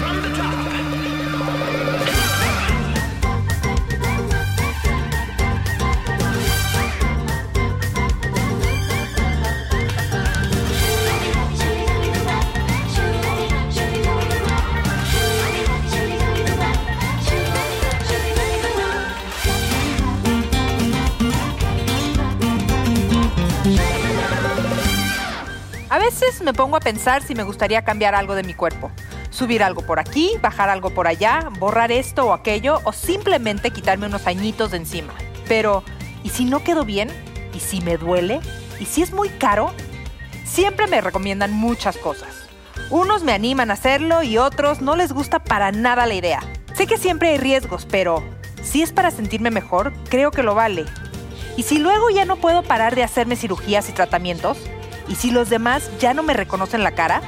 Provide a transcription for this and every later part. From the top. A veces me pongo a pensar si me gustaría cambiar algo de mi cuerpo. Subir algo por aquí, bajar algo por allá, borrar esto o aquello o simplemente quitarme unos añitos de encima. Pero, ¿y si no quedo bien? ¿Y si me duele? ¿Y si es muy caro? Siempre me recomiendan muchas cosas. Unos me animan a hacerlo y otros no les gusta para nada la idea. Sé que siempre hay riesgos, pero si es para sentirme mejor, creo que lo vale. ¿Y si luego ya no puedo parar de hacerme cirugías y tratamientos? ¿Y si los demás ya no me reconocen la cara?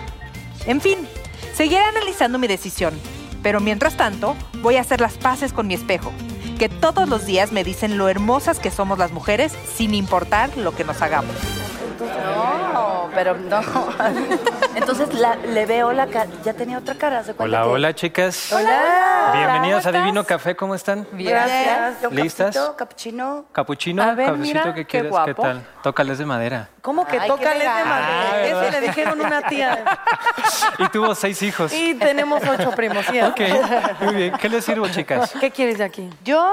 En fin, seguiré analizando mi decisión, pero mientras tanto voy a hacer las paces con mi espejo, que todos los días me dicen lo hermosas que somos las mujeres sin importar lo que nos hagamos. No, pero no. Entonces la- le veo la cara. Ya tenía otra cara. ¿se cuenta Hola, que- hola, chicas. Hola. Bienvenidas a Divino Café, ¿cómo están? Gracias. ¿Un ¿Listas? cafecito, capuchino? Capuchino, A ver, cafecito mira, que qué quieres, ¿qué guapo. tal? Tócales de madera. ¿Cómo que Ay, qué toca de legal. Ah, madre? Eso ¿verdad? le dijeron una tía. Y tuvo seis hijos. Y tenemos ocho primos, ¿sí? Ok, muy bien. ¿Qué les sirvo, chicas? ¿Qué quieres de aquí? Yo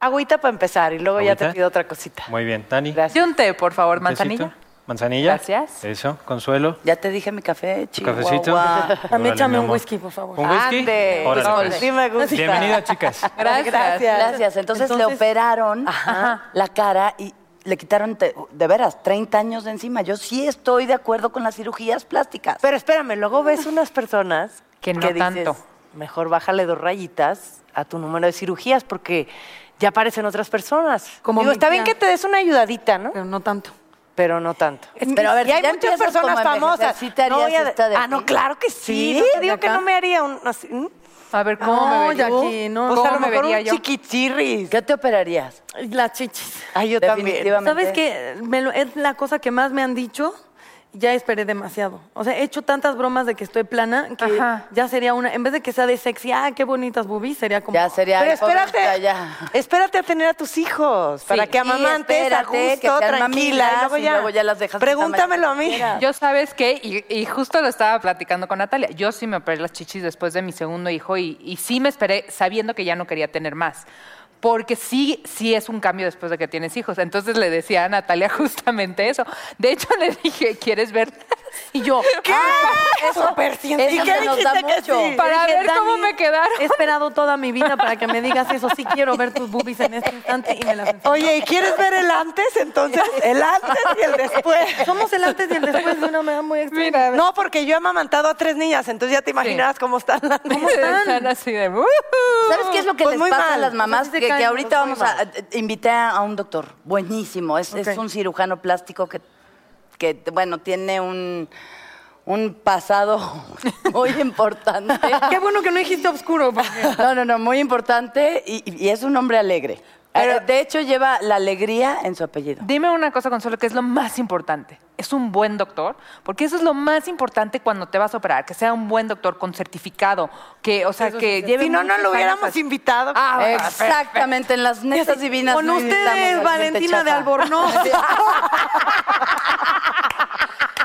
agüita para empezar y luego ya ¿Agüita? te pido otra cosita. Muy bien, Dani. Gracias. De un té, por favor, un tecito. manzanilla. Manzanilla. Gracias. Eso, Consuelo. Ya te dije mi café, ¿Tu chico. cafecito? A mí Órale, mi échame un amor. whisky, por favor. ¿Un whisky? Ande. Órale, Híjole, pues. sí me gusta. Bienvenidas, chicas. Gracias. Gracias. Entonces, le operaron Ajá. la cara y le quitaron, te- de veras, 30 años de encima. Yo sí estoy de acuerdo con las cirugías plásticas. Pero espérame, luego ves unas personas Que no tanto. mejor bájale dos rayitas a tu número de cirugías porque ya aparecen otras personas. Como Digo, mi está bien tía. que te des una ayudadita, ¿no? Pero no tanto. Pero no tanto. Pero a ver, y hay ya muchas empiezas personas como a envejecer, famosas. ¿sí te No voy harías a- esta de ah, no, aquí? claro que sí. ¿Sí? No te digo ¿De que acá? no me haría un... así, ¿mm? A ver, ¿cómo No, me vería? Jackie, no, Pues ¿cómo a lo me mejor vería un yo? chiquichirris. ¿Qué te operarías? Las chichis. Ay, yo también. Definitivamente. ¿Sabes qué? Me lo- es la cosa que más me han dicho. Ya esperé demasiado. O sea, he hecho tantas bromas de que estoy plana que ya sería una. En vez de que sea de sexy, ah, qué bonitas boobies, sería como. Ya sería. Pero ay, pobrecita, espérate, Ya. espérate a tener a tus hijos, para Sí, que amamantes a espérate, que gusto, sean tranquila, mamilas, y luego y ya, luego ya las dejas de Pregúntamelo a tamaño que mí. quieras. Yo sabes qué, y, y justo lo estaba platicando con Natalia, yo sí me operé las chichis después de mi segundo hijo y, y sí me esperé sabiendo que ya no quería tener más. Porque sí, sí es un cambio después de que tienes hijos. Entonces le decía a Natalia justamente eso. De hecho, le dije, ¿quieres ver? Y yo, "Ah, ¿Qué? Ah, Eso, persiente. eso ¿Y qué se nos da dijiste que mucho. sí? para Dije, ver cómo "Dani, me quedaron. He esperado toda mi vida para que me digas eso. Sí quiero ver tus boobies en este instante y me las enseñas. Oye, ¿y quieres ver el antes? Entonces, el antes y el después. Somos el antes y el después de una manera muy extraña. No, porque yo he amamantado a tres niñas, entonces ya te imaginarás cómo están las niñas. Están así de, "Uh". ¿Sabes qué es lo que Pues les muy pasa a mal. las mamás? Entonces se Que, que caen ahorita todos vamos muy a... a- Invité a un doctor, buenísimo, es, es Ok. un cirujano plástico que, que bueno, tiene un, un pasado muy importante. Qué bueno que no dijiste oscuro. porque- No, no, no, muy importante y, y es un hombre alegre. Pero- Eh, de hecho, lleva la alegría en su apellido. Dime una cosa, Consuelo, que es lo más importante. ¿Es un buen doctor? Porque eso es lo más importante cuando te vas a operar, que sea un buen doctor con certificado, que, o sea, que lleve... Si no, no muchos lo años hubiéramos así. invitado. Ah, Exactamente, en las netas divinas. Con no ustedes, necesitamos a gente Valentina de chafa. Albornoz.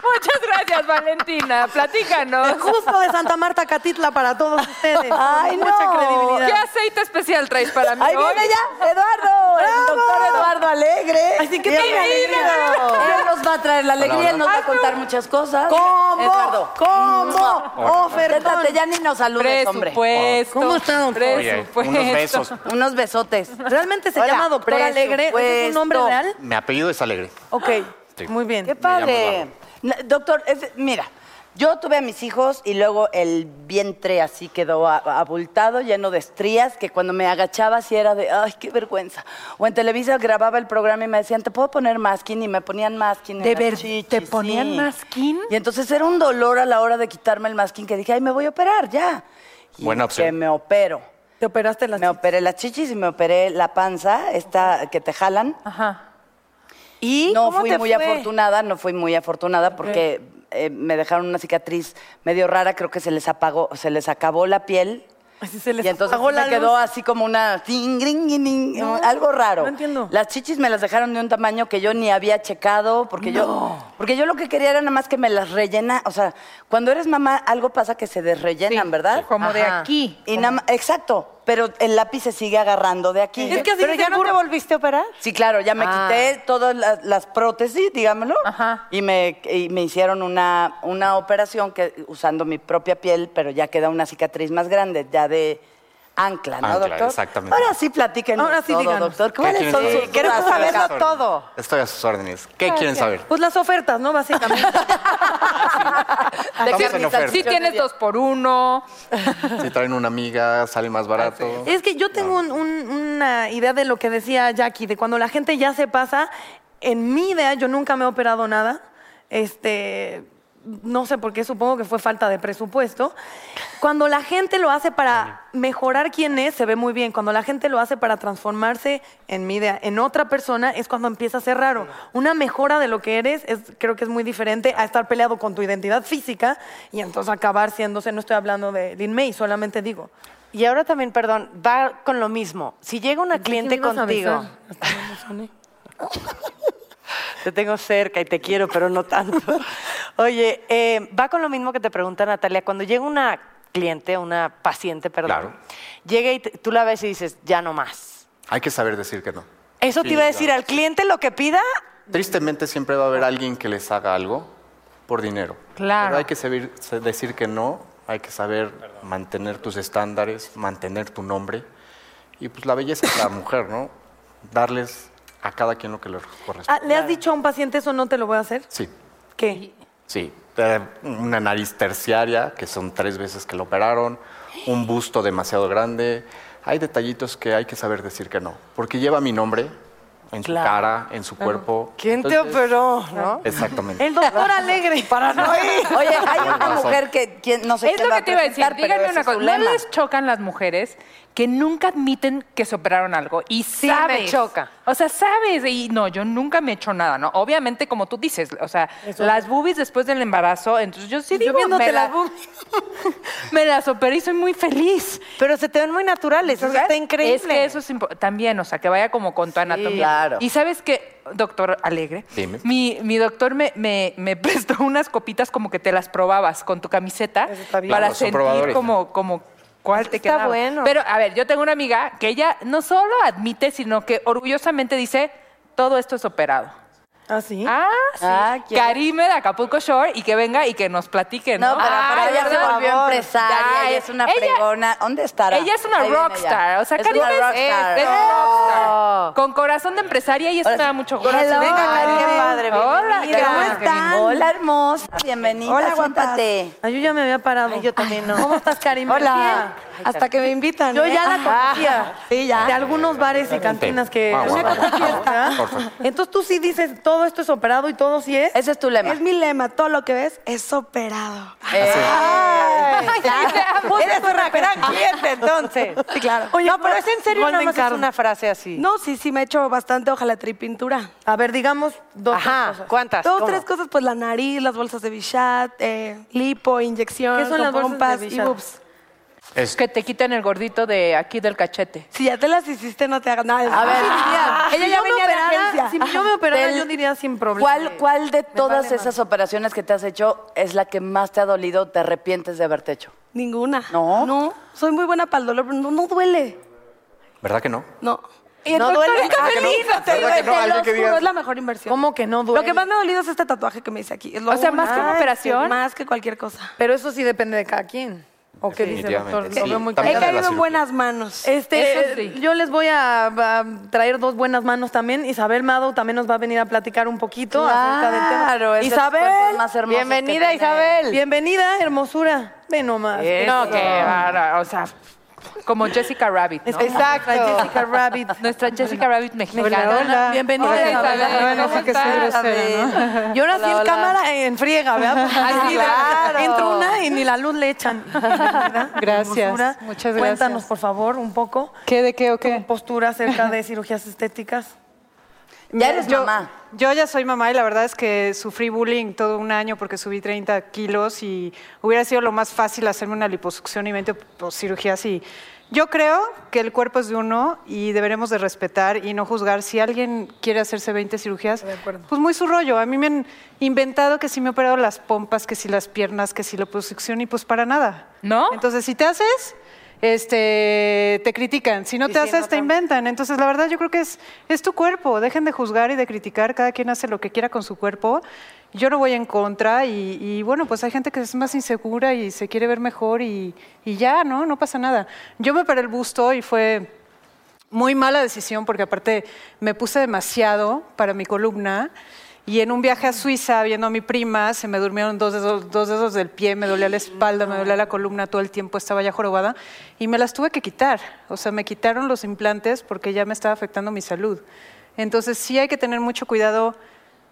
Muchas gracias, Valentina. Platícanos. Justo de Santa Marta Catitla para todos ustedes. Ay, Con mucha no. credibilidad. ¿Qué aceite especial traes para mí Ahí hoy? viene ya, Eduardo, el doctor Eduardo Alegre. Así que Bienvenido. bienvenido. Él nos va a traer la alegría, él nos va a contar muchas cosas. ¿Cómo? Eduardo. ¿Cómo? Oh, Ofertón. ya ni nos saludes, hombre. Presupuesto. ¿Cómo está, doctor? Oye, unos besos. Unos besotes. ¿Realmente se Hola, llama Doctor presupuesto. Alegre? ¿Ese ¿Es un nombre real? Mi apellido es Alegre. Ok, Sí. muy bien. Qué Me padre. llamo Na- Doctor, es- mira, yo tuve a mis hijos y luego el vientre así quedó a- abultado, lleno de estrías, que cuando me agachaba así era de, ay, qué vergüenza. O en Televisa grababa el programa y me decían, ¿te puedo poner masking? Y me ponían masking. en ¿De las ver- chichis, te ponían masking? Y entonces era un dolor a la hora de quitarme el masking que dije, ay, me voy a operar ya. Y Buena pues, que opción. me opero. ¿Te operaste las Me operé las chichis y me operé la panza, esta que te jalan. Ajá. ¿Y No cómo fui te muy fue? afortunada, no fui muy afortunada porque eh, me dejaron una cicatriz medio rara, creo que se les apagó, se les acabó la piel. Así se les y entonces apagó sí la me quedó luz. así como una ting, gring, gring, gring, No, algo raro. no entiendo. Las chichis me las dejaron de un tamaño que yo ni había checado porque yo porque yo lo que quería era nada más que me las rellena, o sea, cuando eres mamá algo pasa que se desrellenan, ¿verdad? Como de Ajá. aquí. Y nada más- exacto, pero el lápiz se sigue agarrando de aquí. Es que así ¿Pero se ya no te burla. volviste a operar? Sí, claro, ya me Ah. quité todas las, las prótesis, digámoslo, Ajá. y me, y me hicieron una, una operación que usando mi propia piel, pero ya queda una cicatriz más grande, ya de ancla, ¿no, Ancla, doctor? exactamente. Ahora sí platíquenos Ahora sí todo, díganos. doctor. ¿Qué ¿Cuáles quieren son saber? sus Queremos dudas? saberlo Estoy a sus todo. órdenes. Estoy a sus órdenes. ¿Qué quieren saber? Pues las ofertas, ¿no? Básicamente. Estamos en oferta. Sí tienes dos por uno. Si traen una amiga, sale más barato. Es que yo tengo un- un- una idea de lo que decía Jackie, de cuando la gente ya se pasa. En mi idea, yo nunca me he operado nada. Este, no sé por qué, supongo que fue falta de presupuesto. Cuando la gente lo hace para mejorar quién es, se ve muy bien. Cuando la gente lo hace para transformarse, en mi idea, en otra persona, es cuando empieza a ser raro. Una mejora de lo que eres es, creo que es muy diferente a estar peleado con tu identidad física y entonces acabar siéndose, no estoy hablando de Lin May, solamente digo. Y ahora también, perdón, va con lo mismo. Si llega una cliente contigo, te tengo cerca y te quiero, pero no tanto. Oye, eh, va con lo mismo que te pregunta Natalia. Cuando llega una cliente, una paciente, perdón, Claro. llega y te- tú la ves y dices, ya no más. Hay que saber decir que no. Eso te Sí, iba a decir, claro. al cliente lo que pida, Tristemente siempre va a haber alguien que les haga algo por dinero. Claro. Pero hay que saber, sa- decir que no, hay que saber mantener tus estándares, mantener tu nombre y pues la belleza de la mujer, ¿no? Darles a cada quien lo que les Ah, corresponde. ¿Le has dicho a un paciente eso no te lo voy a hacer? Sí, ¿Qué? sí. Eh, Una nariz terciaria, que son tres veces que la operaron, un busto demasiado grande. Hay detallitos que hay que saber decir que no, porque lleva mi nombre en Claro. su cara, en su cuerpo. ¿quién te Entonces- operó? ¿no? Exactamente. El doctor alegre. Para no Oye, hay una mujer que quien- no sé Es quién lo va que te iba a decir. presentar, pero Díganme ese una es su cosa. ¿No lema. les chocan las mujeres que nunca admiten que se operaron algo? Y Sí, me sabes. choca. O sea, sabes. Y no, yo nunca me he hecho nada, ¿no? Obviamente, como tú dices, o sea, las boobies después del embarazo. Entonces yo sí Yo digo, viéndote me, las la- me las operé y soy muy feliz. Pero se te ven muy naturales, eso está increíble. Es que eso es impo- también, o sea, que vaya como con tu anatomía. claro. Y sabes que, doctor Alegre, Dime. mi, mi doctor me, me, me prestó unas copitas como que te las probabas con tu camiseta para Claro, son sentir probadores. como, como cuál te Está quedaba. bueno. Pero, a ver, yo tengo una amiga que ella no solo admite, sino que orgullosamente dice, todo esto es operado. ¿Ah, sí? Ah, sí. Ah, ¿quién? Karime de Acapulco Shore y que venga y que nos platique, ¿no? No, pero, Ah, pero ella ¿verdad? se volvió empresaria, Ya, ella es una ella- fregona. ¿Dónde estará? ella es una Ahí viene rockstar. ella. O sea, es una Karime es, rockstar. es rockstar. Oh. Con corazón de empresaria y eso Ahora me da sí. mucho gusto. Corazón. Venga, Karen, qué padre, Hola, bienvenida. Karen. ¿Cómo Hola, están? Hola, hermosa. Bienvenida, Hola, guapas. siéntate. Ay, yo ya me había parado. Ay, yo también no. ¿Cómo estás, Karim? Hola. Hasta que me invitan. Yo ¿eh? ya la Ajá. conocía. Sí, ya. De algunos bares y cantinas que... Vamos, Una vamos, cosa vamos, fiesta. porfa. Entonces tú sí dices, todo esto es operado y todo sí es... Ese es tu lema. Es mi lema, todo lo que ves es operado. Eres una gran cliente, entonces. Sí, claro. Oye, no, pero es en serio, Golden nada más es Carm. una frase así. No, sí, sí, me he hecho bastante ojalá-tripintura. A ver, digamos dos tres Ajá, cosas. ¿cuántas? Dos, ¿Cómo? tres cosas, pues la nariz, las bolsas de Bichat, eh, lipo, inyección, ¿Qué son las bolsas de pompas y Bichat? boobs. Es- Que te quiten el gordito de aquí del cachete. Si ya te las hiciste, no te hagas nada. A ver, ella Si ya yo me venía de operara- agencia. Si yo me operara, Del- yo diría sin problema. ¿Cuál, ¿Cuál de todas vale esas operaciones que te has hecho es la que más te ha dolido, te arrepientes de haberte hecho? Ninguna. No. No, soy muy buena para el dolor, pero no, no duele. ¿Verdad que no? No. Y el doctor está Ah, que no. feliz. ¿Verdad que no? Te Alguien lo que diga- juro, es la mejor inversión. ¿Cómo que no duele? Lo que más me ha dolido es este tatuaje que me hice aquí. Es lo O sea, más que una único. operación. Más que cualquier cosa. Pero eso sí depende de cada quien. ¿O qué dice el Definitivamente, doctor? sí. Lo veo muy También He Mira de la complicado. caído en cirugía. buenas manos. Eso Este, sí. yo les voy a, a traer dos buenas manos también. Isabel Mado también nos va a venir a platicar un poquito acerca del tema. Claro, es de los cuerpos Isabel, más hermosos que bienvenida tiene. Isabel. Bienvenida, hermosura. Ve nomás. No, que bárbara, o sea, como Jessica Rabbit, ¿no? Exacto. Jessica Rabbit. Nuestra Jessica Rabbit mexicana. Bienvenida. Hola, Isabel. Isabel. Bueno, ¿Cómo que soy estás? grosera, ¿no? Y ahora sí en cámara eh, en friega, ¿verdad? Ah, Así, claro. Entra una y ni la luz le echan. ¿Verdad? Gracias, Hermosura. muchas gracias. Cuéntanos, por favor, un poco ¿Qué de qué o tu qué? postura acerca de cirugías estéticas. Ya eres yo, mamá. Yo ya soy mamá y la verdad es que sufrí bullying todo un año porque subí 30 kilos y hubiera sido lo más fácil hacerme una liposucción y 20 po- cirugías y yo creo que el cuerpo es de uno y deberemos de respetar y no juzgar. Si alguien quiere hacerse 20 cirugías, pues muy su rollo. A mí me han inventado que si me he operado las pompas, que si las piernas, que si la liposucción y pues para nada. ¿No? Entonces, si te haces, este, te critican. Si no te haces, te inventan. Entonces, la verdad, yo creo que es, es tu cuerpo. Dejen de juzgar y de criticar. Cada quien hace lo que quiera con su cuerpo. Yo no voy en contra. Y, y, bueno, pues hay gente que es más insegura y se quiere ver mejor y, y ya, ¿no? No pasa nada. Yo me paré el busto y fue muy mala decisión porque aparte me puse demasiado para mi columna y en un viaje a Suiza viendo a mi prima se me durmieron dos dedos, dos dedos del pie, me dolía la espalda, me dolía la columna todo el tiempo, estaba ya jorobada y me las tuve que quitar. O sea, me quitaron los implantes porque ya me estaba afectando mi salud. Entonces sí hay que tener mucho cuidado.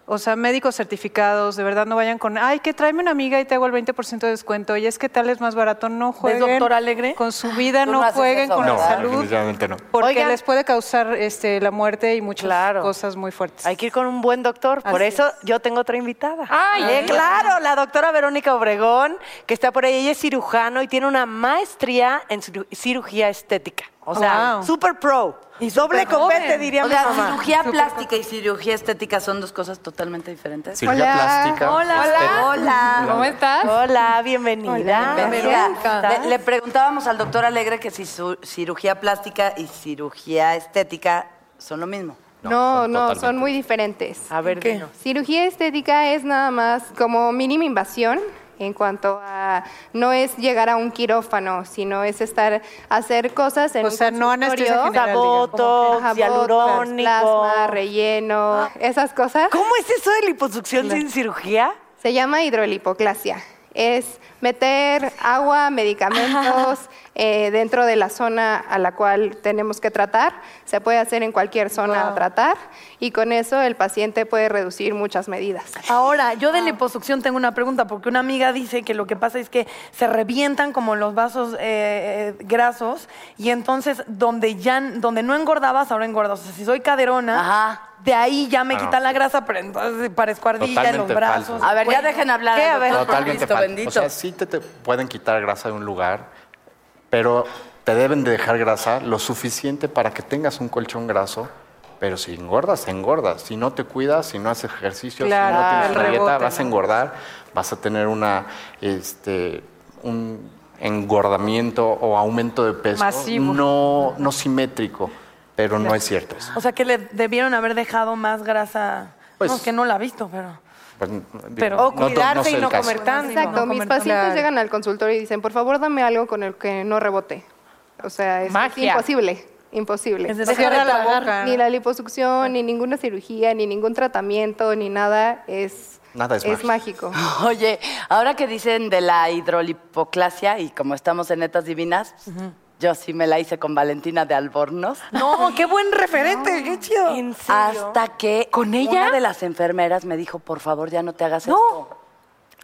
O sea, médicos certificados, de verdad no vayan con, ay, que tráeme una amiga y te hago el 20% de descuento, y es que tal es más barato, no jueguen doctor Alegre? con su vida, Tú no no haces jueguen eso, con la No, salud. definitivamente no. Porque Oigan. les puede causar este, la muerte y muchas Claro. cosas muy fuertes. Hay que ir con un buen doctor. Por Así eso yo tengo otra invitada. Ay. Eh, claro, la doctora Verónica Obregón, que está por ahí. Ella es cirujano y tiene una maestría en ciru- cirugía estética. O sea, Wow. super pro. Y doble copete, diría O mi sea, mamá. cirugía plástica y cirugía estética son dos cosas totalmente diferentes. Cirugía plástica. Hola. estética. Hola. ¿Cómo estás? Hola, bienvenida. Mira, Le, le preguntábamos al doctor Alegre que si su- cirugía plástica y cirugía estética son lo mismo. No, son no, son totalmente. muy diferentes. A ver, ¿Qué? dinos. Cirugía estética es nada más como mínima invasión en cuanto a no es llegar a un quirófano, sino es estar hacer cosas en O un sea, no consultorio. anestesia general, digamos. Botox, Ajá, botox, hialurónico. plasma, relleno, esas cosas. ¿Cómo es eso de liposucción sin cirugía? Se llama hidrolipoclasia. Es meter agua, medicamentos eh, dentro de la zona a la cual tenemos que tratar. Se puede hacer en cualquier zona a tratar y con eso el paciente puede reducir muchas medidas. Ahora, yo Ah. de liposucción tengo una pregunta, porque una amiga dice que lo que pasa es que se revientan como los vasos eh, eh, grasos y entonces donde ya donde no engordabas, ahora engordas. O sea, si soy caderona, Ajá. de ahí ya me Ah, quitan no. la grasa, pero entonces parezco ardilla, Totalmente los brazos. falso. A ver, ya dejen hablar. ¿qué? al A ver. doctor, Totalmente Cristo falso. bendito. O sea, sí te, te pueden quitar grasa de un lugar, pero te deben de dejar grasa lo suficiente para que tengas un colchón graso. Pero si engordas, engordas. Si no te cuidas, si no haces ejercicio, Claro, si no tienes el una dieta, rebote, vas a ¿no? engordar, vas a tener una, este, un engordamiento o aumento de peso Masivo. no no simétrico, pero no es cierto eso. O sea, que le debieron haber dejado más grasa. Pues- no, es que no la he visto, pero... Pues, digo, Pero- no O to- no cuidarse sé y el no caso. comer tanto. Exacto, mis pacientes Claro. llegan al consultorio y dicen, por favor, dame algo con el que no rebote. O sea, es, es Magia. imposible. imposible. Es decir, Cierra la tragar. boca, Ni la liposucción, ni ninguna cirugía, ni ningún tratamiento, ni nada es, Nada es mágico. Oye, ahora que dicen de la hidrolipoclasia y como estamos en netas divinas, yo sí me la hice con Valentina de Albornoz. No, qué buen referente, qué chido. Hasta que ¿Con ella? una de las enfermeras me dijo, por favor, ya no te hagas esto.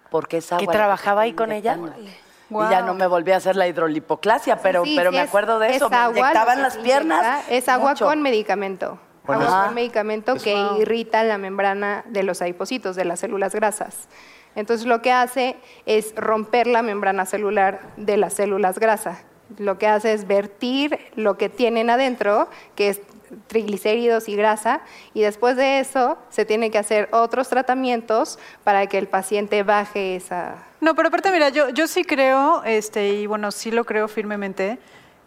Porque es agua. ¿Que la trabajaba ahí te con ella? están inyectando". Y ya no me volví a hacer la hidrolipoclasia, pero, Sí, pero sí me es- acuerdo de es eso. Me agua lo inyectaban que las se piernas. inyecta, Es agua mucho. con medicamento. Bueno, agua es- con medicamento que irrita la membrana de los adipocitos, de las células grasas. Entonces lo que hace es romper la membrana celular de las células grasa. Lo que hace es vertir lo que tienen adentro, que es triglicéridos y grasa, y después de eso se tienen que hacer otros tratamientos para que el paciente baje esa, No, pero aparte, mira, yo, yo sí creo, este, y bueno, sí lo creo firmemente,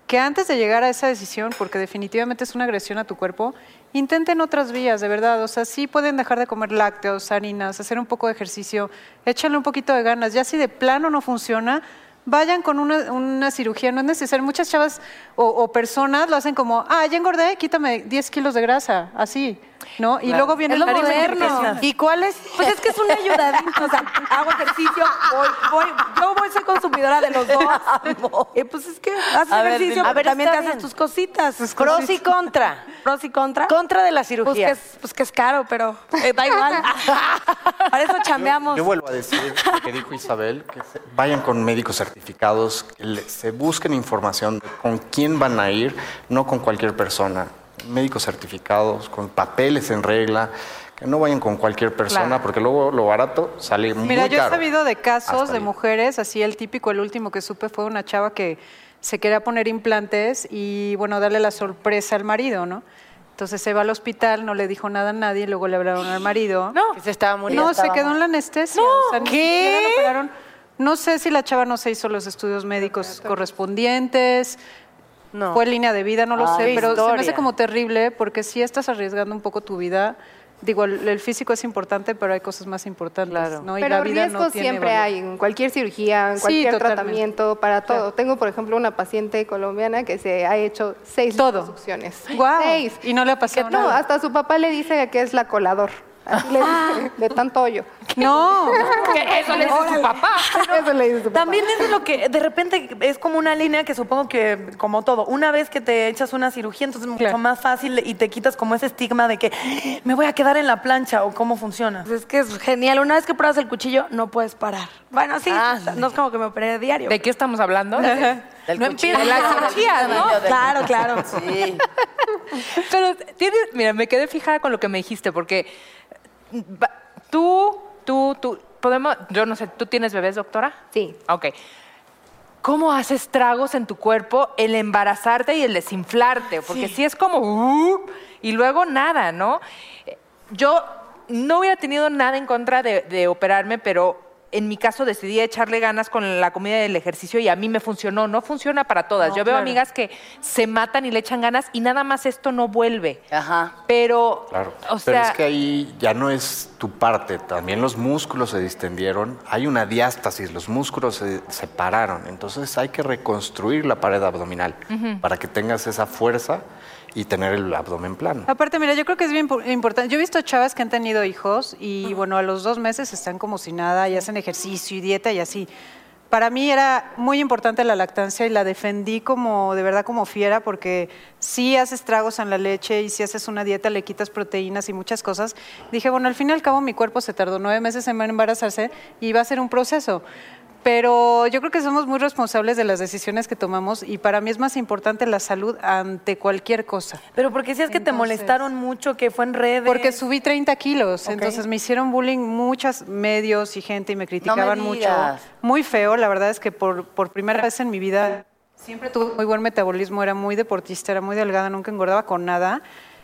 que antes de llegar a esa decisión, porque definitivamente es una agresión a tu cuerpo, intenten otras vías, de verdad. O sea, sí pueden dejar de comer lácteos, harinas, hacer un poco de ejercicio, échenle un poquito de ganas. Ya si de plano no funciona, vayan con una, una cirugía, no es necesario. Muchas chavas o, o personas lo hacen como, ah, ya engordé, quítame 10 kilos de grasa, así, ¿no? Y Claro. luego viene Es lo moderno. ¿Y cuál es? Pues es que es una ayudadita, o sea, hago ejercicio, voy, voy, yo voy, soy consumidora de los dos. Eh, pues es que haces A ver, ejercicio, dime. pero A ver, también te está haces bien. tus cositas. Pros y contra. Pros y contra. Contra de la cirugía. Pues que es, pues que es caro, pero eh, da igual. Para eso chambeamos. Yo vuelvo a decir lo que dijo Isabel, que se- vayan con médicos certificados, que le- se busquen información de con quién van a ir, no con cualquier persona. Médicos certificados, con papeles en regla, que no vayan con cualquier persona, Claro. porque luego lo barato sale muy Mira, caro. yo he sabido de casos Hasta de ahí. mujeres, así el típico, el último que supe fue una chava que se quería poner implantes y, bueno, darle la sorpresa al marido, ¿no? Entonces se va al hospital, no le dijo nada a nadie, luego le hablaron al marido. No, se estaba muriendo. No, se Estaba quedó en la anestesia. o sea, ni ¿Qué? siquiera la operaron. No sé si la chava no se hizo los estudios médicos correspondientes. No. Fue línea de vida, no lo Ay, sé, qué pero se me hace historia. como terrible porque sí estás arriesgando un poco tu vida. Digo, el, el físico es importante, pero hay cosas más importantes, ¿no? Y Pero la vida riesgos no tiene siempre valor. hay, en cualquier cirugía, en Sí, cualquier totalmente. tratamiento, para todo. Tengo, por ejemplo, una paciente colombiana que se ha hecho seis liposucciones. Guau. Seis. Y no le ha pasado No, nada. hasta su papá le dice que es la colador. Así le dice, de tanto hoyo. No. eso le dice su papá. Eso le dice su papá. También es lo que de repente es como una línea que supongo que, como todo, una vez que te echas una cirugía, entonces es mucho más fácil y te quitas como ese estigma de que me voy a quedar en la plancha o cómo funciona. Pues es que es genial. Una vez que pruebas el cuchillo, no puedes parar. Bueno, sí, Ah, no es como que me operé diario. ¿De qué estamos hablando? No cuchillo. empieza De las cirugías, ¿no? Claro, claro. Sí. Pero tienes, mira, me quedé fijada con lo que me dijiste, porque va- tú, tú, tú, podemos, yo no sé, ¿tú tienes bebés, doctora? Sí. Ok. ¿Cómo haces tragos en tu cuerpo el embarazarte y el desinflarte? Porque si es como, "Uh", y luego nada, ¿no? Eh, Yo no hubiera tenido nada en contra de, de operarme, pero en mi caso decidí echarle ganas con la comida y el ejercicio y a mí me funcionó. No funciona para todas. No, Yo veo claro. amigas que se matan y le echan ganas y nada más esto no vuelve. Ajá. Pero, Claro. o Pero es sea, que ahí ya no es tu parte, también los músculos se distendieron, hay una diástasis, los músculos se separaron, entonces hay que reconstruir la pared abdominal Ujú. para que tengas esa fuerza y tener el abdomen plano. Aparte, mira, yo creo que es bien pu- importante. Yo he visto chavas que han tenido hijos y, bueno, a los dos meses están como si nada y hacen ejercicio y dieta y así. Para mí era muy importante la lactancia y la defendí como, de verdad, como fiera, porque si haces tragos en la leche y si haces una dieta le quitas proteínas y muchas cosas. Dije, bueno, al fin y al cabo mi cuerpo se tardó nueve meses en embarazarse y va a ser un proceso. Pero yo creo que somos muy responsables de las decisiones que tomamos y para mí es más importante la salud ante cualquier cosa. Pero porque si es que te molestaron mucho, que fue en redes. Porque subí 30 kilos, entonces me hicieron bullying muchos medios y gente y me criticaban mucho. digas. Muy feo, la verdad es que por, por primera vez en mi vida siempre tuve muy buen metabolismo, era muy deportista, era muy delgada, nunca engordaba con nada.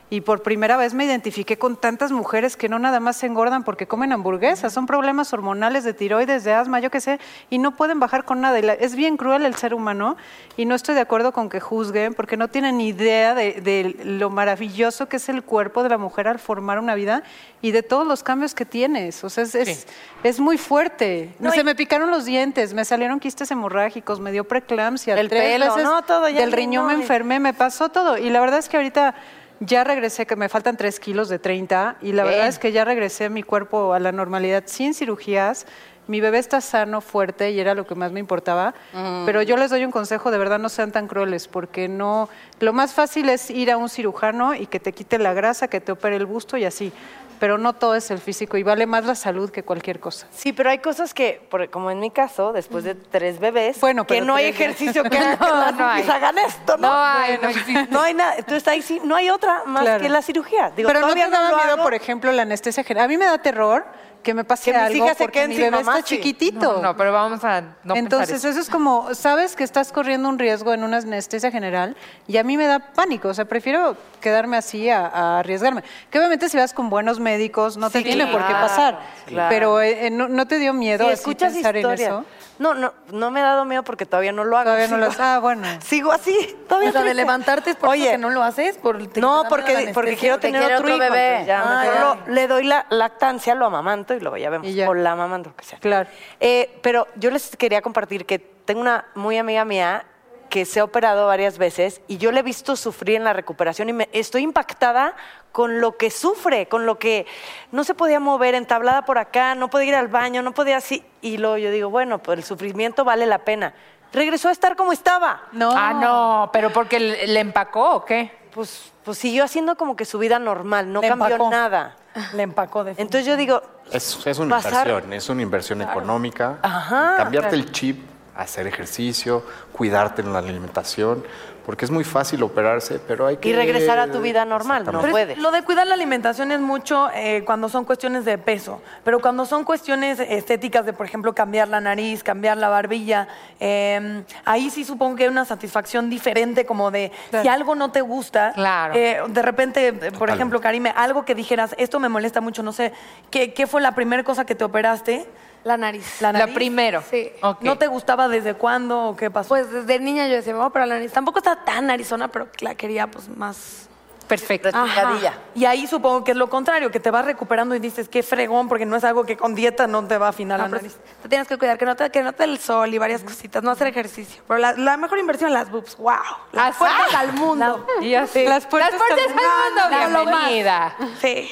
Y por primera vez me identifiqué con tantas mujeres que no nada más se engordan porque comen hamburguesas, son problemas hormonales de tiroides, de asma, yo qué sé, y no pueden bajar con nada. Y la- Es bien cruel el ser humano y no estoy de acuerdo con que juzguen porque no tienen idea de, de lo maravilloso que es el cuerpo de la mujer al formar una vida y de todos los cambios que tienes. O sea, es, es- es muy fuerte. No, Se y- me picaron los dientes, me salieron quistes hemorrágicos, me dio preeclampsia, El tres pelo, veces ¿no? Todo, ya del el riñón me riñón y- enfermé, me pasó todo. Y la verdad es que ahorita ya regresé, que me faltan 3 kilos de 30, y la verdad Bien. es que ya regresé mi cuerpo a la normalidad sin cirugías. Mi bebé está sano, fuerte, y era lo que más me importaba. Mm. Mm. Pero yo les doy un consejo, de verdad no sean tan crueles, porque no... Lo más fácil es ir a un cirujano y que te quite la grasa, que te opere el busto y así. Pero no todo es el físico, y vale más la salud que cualquier cosa. Sí, pero hay cosas que, por- como en mi caso, después pues, de tres bebés, que pero no hay tres- ejercicio que No, las no hay. boobies hagan esto, ¿no? No hay, no Bueno, existe. no hay nada. Entonces ahí sí, no hay otra más Claro. que la cirugía. Digo, pero no todavía te daba lo miedo, hago. por ejemplo, la anestesia general. A mí me da terror que me pase Que mis algo hijas se porque queden mi sin bebé mamá, está sí. chiquitito. No, no, pero vamos a no pensar Entonces, eso. eso es como, sabes que estás corriendo un riesgo en una anestesia general y a mí me da pánico, o sea, prefiero quedarme así a, a arriesgarme. Que obviamente si vas con buenos médicos no te Sí, tiene por qué claro, pasar, claro. pero eh, eh, no, no te dio miedo Si así escuchas pensar en historias. eso? No, no, no me ha dado miedo porque todavía no lo hago. Todavía no lo Sigo- Ah, bueno. Sigo así. Todavía O sea, de triste. levantarte es por eso Oye, que no lo haces. Por, te- No, te da miedo porque, la porque anestesia. quiero tener otro, hijo, entonces ya, Ah, mejor ya. lo- le doy la lactancia, lo amamanto y luego ya vemos. O la amamanto, lo que sea. Claro. Eh, pero yo les quería compartir que tengo una muy amiga mía que se ha operado varias veces y yo le he visto sufrir en la recuperación y me, estoy impactada con lo que sufre, con lo que no se podía mover, entablada por acá, no podía ir al baño, no podía así. Y luego yo digo, bueno, pues el sufrimiento vale la pena. Regresó a estar como estaba. No. Ah, no, pero porque le le empacó o qué? Pues, pues siguió haciendo como que su vida normal, no Le cambió empacó. nada. Le empacó de Entonces yo digo, Es, es una Pasar- inversión, es una inversión económica. Ajá, cambiarte claro. el chip, hacer ejercicio, cuidarte en la alimentación, porque es muy fácil operarse, pero hay que... y regresar a tu vida normal, no Exactamente. puede. Lo de cuidar la alimentación es mucho eh, cuando son cuestiones de peso, pero cuando son cuestiones estéticas de, por ejemplo, cambiar la nariz, cambiar la barbilla, eh, ahí sí supongo que hay una satisfacción diferente como de si algo no te gusta, Claro. eh, de repente, eh, por ejemplo, Karime, algo que dijeras, esto me molesta mucho, no sé, ¿qué, qué fue la primera cosa que te operaste? La nariz. La nariz. primero. Sí. ¿No te gustaba desde cuándo o qué pasó? Pues desde niña yo decía, me voy a operar la nariz. Tampoco está tan arizona, pero la quería pues más... Perfecto. Ajá. Y ahí supongo que es lo contrario, que te vas recuperando y dices, qué fregón, porque no es algo que con dieta no te va a afinar No, la pero nariz. Ah, pues, Te tienes que cuidar, que no te, que no te dé el sol y varias cositas, no hacer ejercicio. Pero la, la mejor inversión, las boobs, wow. Las Ah, puertas ah. al mundo. Y así. Las puertas, al mundo, No, no, lo más. bienvenida. Sí.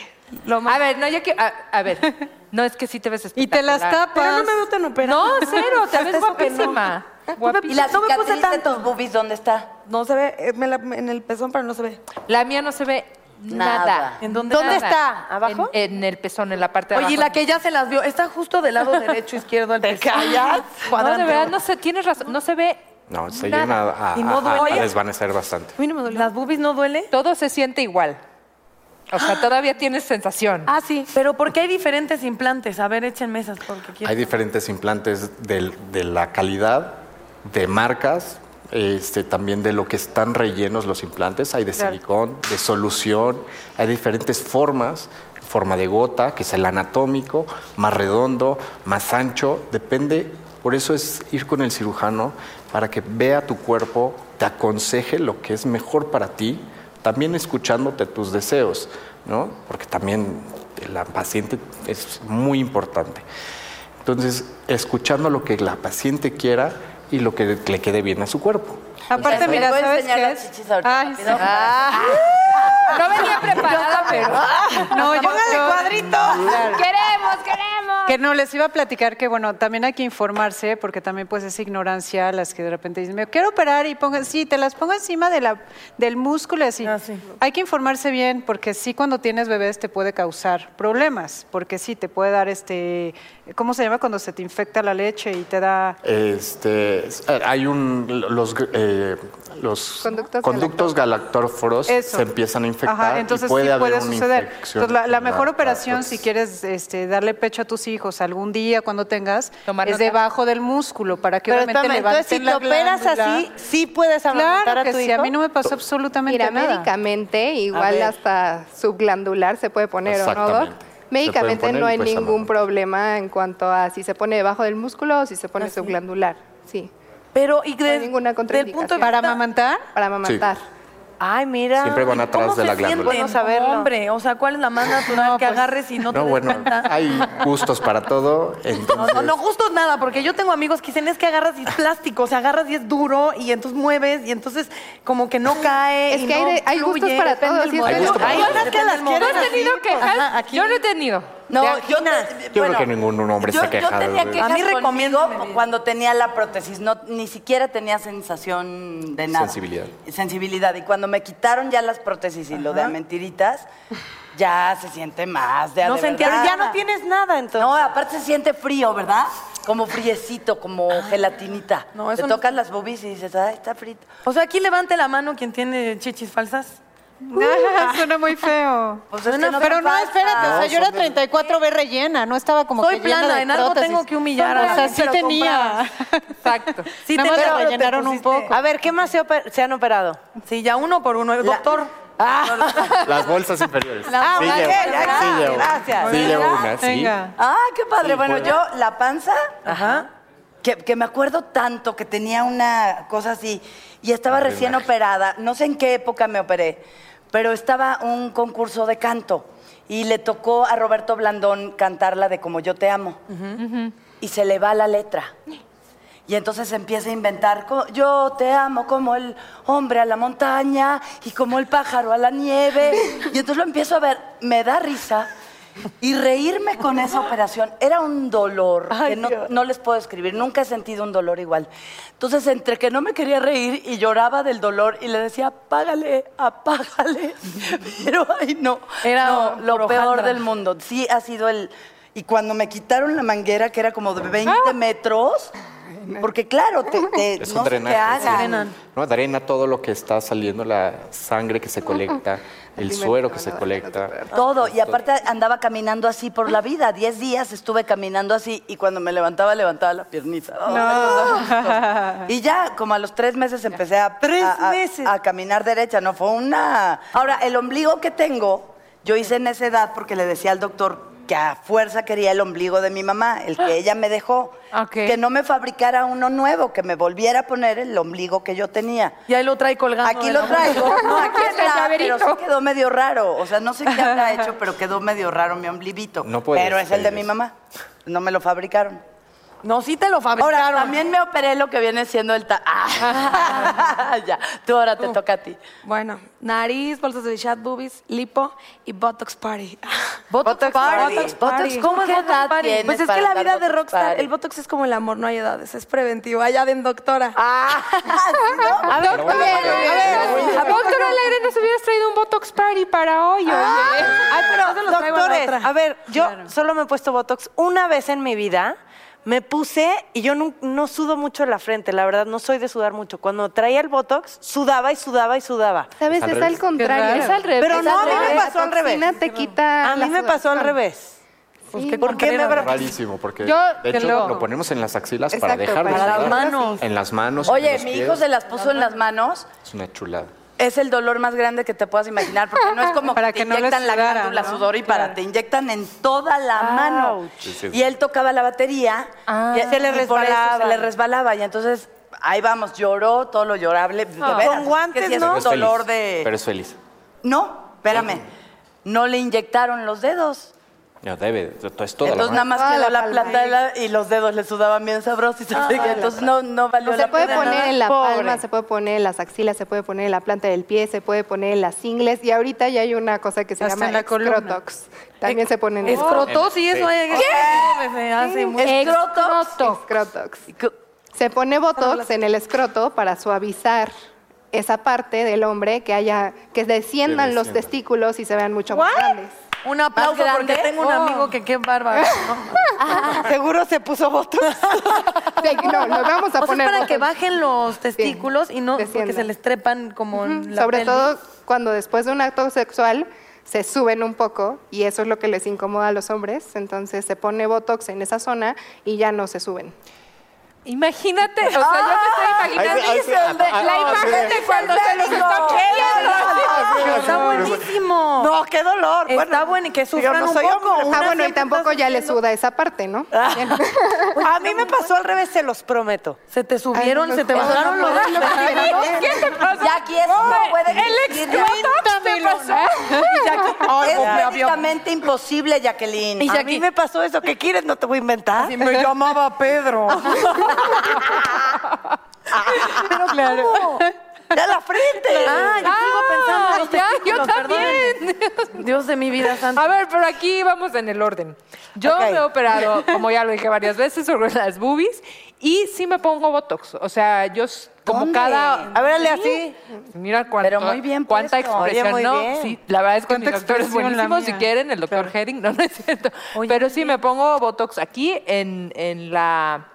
A ver, no, yo que a, a ver. No, es que sí te ves Y te las espectacular. tapas. Pero no me tan veo No, cero, te Hasta ves eso que no. guapísima. Y la No me puse tanto. de tus boobies dónde está? No se ve, eh, me la- en el pezón, pero no se ve. La mía no se ve nada. Nada. ¿En dónde está? ¿Abajo? En, en el pezón, en la parte de Oye, abajo. y la que ya se las vio, está justo del lado derecho, izquierdo, al ¿Te callas? No, de verdad, no sé, tienes razón, no se ve No, se Nada. llegan a, a- ¿Y no a- a duele? desvanecer bastante. ¿Las boobies no duele? Todo se siente igual. O sea, todavía tienes sensación. Ah, sí. Pero porque hay diferentes implantes? A ver, échenme esas porque quiero. Hay diferentes implantes del- de, la calidad, de marcas, este, también de lo que están rellenos los implantes. Hay de Claro. silicón, de solución, hay diferentes formas. Forma de gota, que es el anatómico, más redondo, más ancho, depende. Por eso es ir con el cirujano para que vea tu cuerpo, te aconseje lo que es mejor para ti, también escuchándote tus deseos, ¿no? Porque también la paciente es muy importante. Entonces, escuchando lo que la paciente quiera y lo que le quede bien a su cuerpo. Aparte, mira, voy a ¿sabes enseñar qué las es? chichis ahorita, Ay, rápido. sí. Ah. No venía preparada, pero. No, yo- yo- Claro. ¡Queremos, queremos! Que no, les iba a platicar que, bueno, también hay que informarse, porque también pues es ignorancia las que de repente dicen, me quiero operar y pongan, sí, te las pongo encima de la, del músculo y así. Hay que informarse bien, porque sí cuando tienes bebés te puede causar problemas, porque sí te puede dar este, ¿cómo se llama cuando se te infecta la leche y te da... Este, es- eh, hay un los eh, los Conductos galactóforos Eso. se empiezan a infectar Ajá, entonces y puede sí haber puede una suceder. infección Entonces, la, la en mejor la- operación, las- si quieres este, darle pecho a tus hijos, hijos algún día cuando tengas, Tomar es nota. debajo del músculo para que Pero obviamente espérame, entonces, levanten si la te operas así, glándula. sí puedes amamantar claro a que tu sí, hijo. a mí no me pasó absolutamente Mira, nada. médicamente, igual ver. hasta subglandular se puede poner o no, Doc. Exactamente. Médicamente poner no y hay puedes ningún problema en cuanto a si se pone debajo del músculo o si se pone subglandular. Sí. Pero, ¿y no hay ninguna contraindicación. ¿Para amamantar? Para amamantar. Ay, mira. Siempre van ¿Y atrás cómo de la se siente? glándula. Bueno, No, saberlo. Hombre, o sea, ¿cuál es la más natural que agarres y no, pues, te No, des bueno, cuenta? hay gustos para todo. No, Entonces, no, no, justo nada, porque yo tengo amigos que dicen es que agarras y es plástico, o sea, agarras y es duro y entonces mueves y entonces como que no cae. Es y que hay no de- hay gustos fluye, para depende todos, del y modo. estoy de acuerdo. Hay Hay unas que las ¿Tú quieren has tenido así, pues, quejas? ajá, aquí. Yo no he tenido. No, yo, yo te- creo bueno, que ningún hombre yo, se yo queja. tenía de- quejas recomiendo cuando tenía la prótesis, no, ni siquiera tenía sensación de nada. Sensibilidad. Sensibilidad. Y cuando me quitaron ya las prótesis y lo de a mentiritas, ya se siente más. De, a No de sentía verdad. nada. Pero ya no tienes nada, entonces. No, aparte se siente frío, ¿verdad? Como friecito, como gelatinita. No, Te eso no- tocas las boobies y dices, ay, está frito. O sea, aquí levante la mano quien tiene chichis falsas. Suena muy feo. Pues es que no pero son no, falsas. espérate, o sea, No, yo era son de- 34B rellena, no estaba como Soy que llena plana, de en algo prótesis. tengo que humillar a O sea, alguien, sí pero tenía. Exacto. Sí, Nada te- más pero le te rellenaron un pusiste- poco. A ver, ¿qué más se, oper- se han operado? Sí, ya uno por uno. El doctor. Ah. Las bolsas inferiores. Ah, sí, ok, llevo, ya, sí llevo, gracias. Sí llevo Venga. una, sí. Venga. Ah, qué padre. Sí, bueno, puedo. yo la panza, que, que me acuerdo tanto que tenía una cosa así y estaba Ay, recién imagen. operada. No sé en qué época me operé, pero estaba un concurso de canto y le tocó a Roberto Blandón cantar la de Como yo te amo y se le va la letra. Y entonces empieza a inventar, co- yo te amo como el hombre a la montaña y como el pájaro a la nieve. Y entonces lo empiezo a ver, me da risa. Y reírme con esa operación era un dolor que no, no les puedo escribir. Nunca he sentido un dolor igual. Entonces, entre que no me quería reír y lloraba del dolor y le decía, apágale, apágale. Pero, ay, no. Era No, lo por peor hojaldra. del mundo. Sí, ha sido el... Y cuando me quitaron la manguera, que era como de 20 metros, porque claro, te, te- Es un Eh, no se te drenaje, sí. hagan. No, drena todo lo que está saliendo, la sangre que se colecta, el suero que se colecta. Todo. Y aparte andaba caminando así por la vida. Diez días estuve caminando así y cuando me levantaba, levantaba la piernita. Y ya, como a los tres meses empecé a, a- a- a caminar derecha, no fue una. Ahora, el ombligo que tengo, yo hice en esa edad porque le decía al doctor que a fuerza quería el ombligo de mi mamá, el que ella me dejó. Que no me fabricara uno nuevo, que me volviera a poner el ombligo que yo tenía. Y ahí lo trae colgando. Aquí de lo la traigo. boca. No, aquí En el está, pero sí llaverito. quedó medio raro. O sea, no sé qué habrá hecho, pero quedó medio raro mi ombliguito. No puedes, Pero es el de Ellos. mi mamá. No me lo fabricaron. No, sí te lo fabricaron. Ahora, también me operé lo que viene siendo el ta... Ah, ya, tú ahora te toca a ti. Uh. Bueno, nariz, bolsas de chat, boobies, lipo y Botox Party. Botox, Party. Botox Botox, Party. ¿cómo es ¿Qué Botox edad Party? tienes Pues es para que la dar vida de Botox rockstar, Party? el Botox es como el amor, no hay edades, es preventivo. Allá den doctora. Ah. A ver, doctora, doctora Alegre, nos hubieras traído un Botox Party para hoy. Ah, oye. Ay, pero los traigo en doctores, otra. a ver, yo solo me he puesto Botox una vez en mi vida. Me puse y yo no, no sudo mucho en la frente, la verdad, no soy de sudar mucho. Cuando traía el Botox, sudaba y sudaba y sudaba. ¿Sabes? al Es revés. al contrario. Es al revés. Pero Es no, al a mí me revés. pasó al La toxina revés. te quita A mí la me pasó al sudoración. revés. Sí. ¿Por qué me habrá Rarísimo, porque Yo de te hecho lo- lo... ponemos en las axilas para Exacto, dejar de para sudar. las manos. En las manos. en Oye, Ah, los mi pies. hijo se las puso en las manos. Es una chulada. Es el dolor más grande que te puedas imaginar, porque no es como Para que, que te no le inyectan la sudara, glándula ¿no? sudor y para, te inyectan en toda la mano. Sí, sí. Y él tocaba la batería Ah, y Se le y por eso resbalaba. se le resbalaba. Y entonces, ahí vamos, lloró todo lo llorable. de veras, es que guantes, sí es un ¿no? Pero es feliz, dolor de... Pero es feliz. No, espérame. No le inyectaron los dedos. No, debe. Entonces, toda entonces la nada más Ah, quedó la la palma. plata la- y los dedos le sudaban bien sabrosos. Y se seguía. entonces no, no valió Se la puede pena. poner en la Pobre. palma, se puede poner en las axilas, se puede poner en la planta del pie, se puede poner en las ingles y ahorita ya hay una cosa que se Hasta en llama la columna. escrotox. También se ponen en Escrotos y eso. hay- ¿Qué? Me hace mucho. escrotox. Escrotox. Se pone botox en el escroto para suavizar esa parte del hombre que haya que desciendan los descienda. testículos y se vean mucho más grandes. Un aplauso ¿Más porque grande? tengo un amigo que qué bárbaro. ¿no? Seguro se puso Botox. Sí, no, nos vamos a O sea, poner es para que botox. bajen los testículos y no porque descienda. se les trepan como en la Sobre pelvis. todo cuando después de un acto sexual se suben un poco y eso es lo que les incomoda a los hombres. Entonces se pone Botox en esa zona y ya no se suben. Imagínate, o sea, yo me estoy imaginando Ahí se- ahí se- la ah, imagen sí. de cuando se los Pero está peleando. Está buenísimo. No, qué dolor. Está bueno que sufran un poco. Ah, Una bueno, y siempre tampoco ya les suda esa parte, ¿no? Ah, A mí me pasó al revés, se los prometo. Se te subieron, se te bajaron los- ¿Qué te pasa? Jackie, eso no puede existir. ¿eh? es prácticamente imposible, Jacqueline. Y Jackie, me pasó eso. ¿Qué quieres? No te voy a inventar. me llamaba Pedro. Pero ¿cómo? ¡Ya la frente! Ah, yo sigo pensando en los ya, testículos, yo también. Dios de mi vida santa. A ver, pero aquí vamos en el orden. Yo Ok. me he operado, como ya lo dije varias veces, sobre las boobies y sí me pongo Botox. O sea, yo s- como ¿Dónde? cada... A ver, hazle Sí, Mira cuánto, Pero muy bien cuánta puesto. Oye, expresión. muy no, bien. sí, la verdad es que mi Cuánta doctor es expresión la buenísimo. Si mía. quieren, el doctor Herring, no, no es cierto. pero sí me pongo Botox aquí en, en la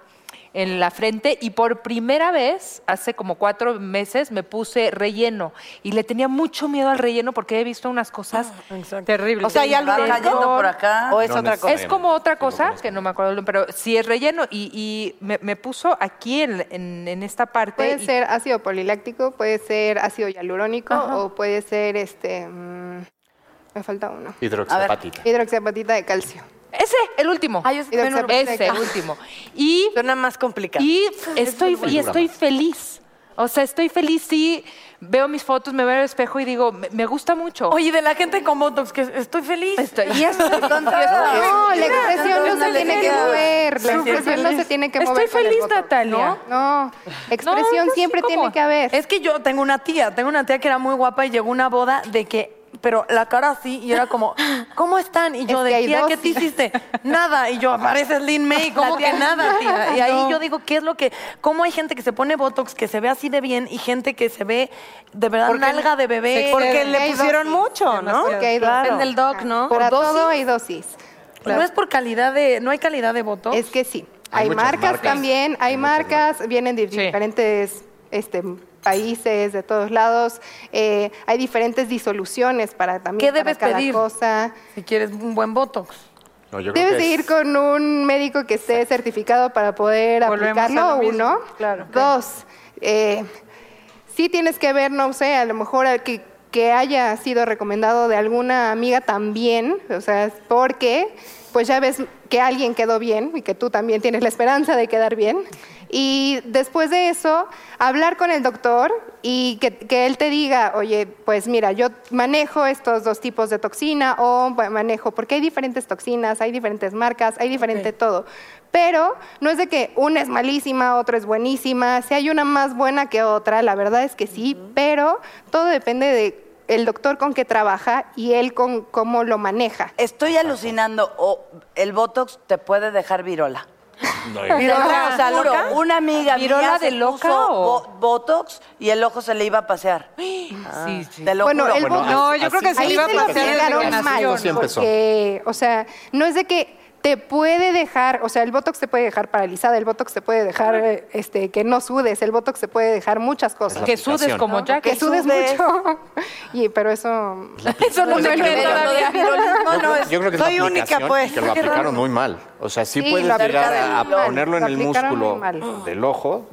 en la frente y por primera vez hace como cuatro meses me puse relleno y le tenía mucho miedo al relleno porque he visto unas cosas Ah, terribles. O sea, ya lo Terror. cayendo por acá. O es No otra cosa. Es necesariamente. como otra cosa que no me acuerdo, el nombre, pero sí es relleno y, y me, me puso aquí en, en- en esta parte. Puede y- ser ácido poliláctico, puede ser ácido hialurónico o puede ser este. mm, me falta uno. Hidroxiapatita. Hidroxiapatita de calcio. Ese, el último. Hidroxiapatita de Ese, el calcio. último. Y Suena más complicado. Y estoy, muy y bueno. estoy feliz. O sea, estoy feliz sí veo mis fotos, me veo en el espejo y digo, me, me gusta mucho. Oye, de la gente con Botox, que estoy feliz. y esto es No, la expresión no se tiene que mover. La Súper expresión no se feliz. tiene que Estoy mover. con el feliz, Botox. Natalia. No, no. expresión yo sí siempre como- tiene que haber. Es que yo tengo una tía, tengo una tía que era muy guapa y llegó a una boda de que, pero la cara así, y era como, ¿cómo están? Y yo Es que de hay tía, dos. ¿qué te hiciste? Nada. Y yo, apareces Lin May, ¿cómo La tía- que nada, tía? Y ahí No. yo digo, ¿qué es lo que, cómo hay gente que se pone Botox, que se ve así de bien, y gente que se ve de verdad nalga de bebé? Porque le pusieron mucho, ¿no? Porque hay dosis. Claro. Depende del doc, ¿no? Para Por dosis. todo Ah, hay dosis. No es por calidad de, no hay calidad de Botox. Es que sí. Hay Hay, muchas marcas, marcas. también, hay, marcas, vienen de diferentes este, países, de todos lados. eh, hay diferentes disoluciones para también ¿Qué para debes cada pedir? cosa. Si quieres un buen Botox. No, yo creo Debes que de es- ir con un médico que esté certificado para poder Volvemos a aplicarlo, lo mismo, uno. claro. Dos, eh, sí tienes que ver, no sé, a lo mejor al que, que haya sido recomendado de alguna amiga también, o sea, porque pues ya ves que alguien quedó bien y que tú también tienes la esperanza de quedar bien. Y después de eso, hablar con el doctor y que, que él te diga, oye, pues mira, yo manejo estos dos tipos de toxina o bueno, manejo, porque hay diferentes toxinas, hay diferentes marcas, hay diferente todo. Pero no es de que una es malísima, otra es buenísima, si hay una más buena que otra, la verdad es que sí, pero todo depende de el doctor con que trabaja y él con cómo lo maneja. Estoy alucinando. O el Botox te puede dejar virola. ¿Virola? o sea, ¿Loca? juro, una amiga ¿Virola mía se de loca puso o? bo- Botox y el ojo se le iba a pasear. Ah, Sí, sí. Te lo Bueno, juro. el Bueno, Botox- No, yo creo que sí Ahí le iba a se lo pasar desde aplicaron que mal, nació. Sí empezó. porque, o sea, no es de que te puede dejar, o sea, el botox te puede dejar paralizada, el botox te puede dejar eh, este que no sudes, el botox te puede dejar muchas cosas. la Que sudes aplicación. como Jack. que Que sudes sudes. mucho. y pero eso Eso no se se cree todavía. Yo, creo- yo creo que es la soy única, aplicación pues. y que lo aplicaron muy mal. O sea, sí, Sí, puedes lo llegar aplicaron a, a muy mal, ponerlo en lo el aplicaron muy músculo mal. del ojo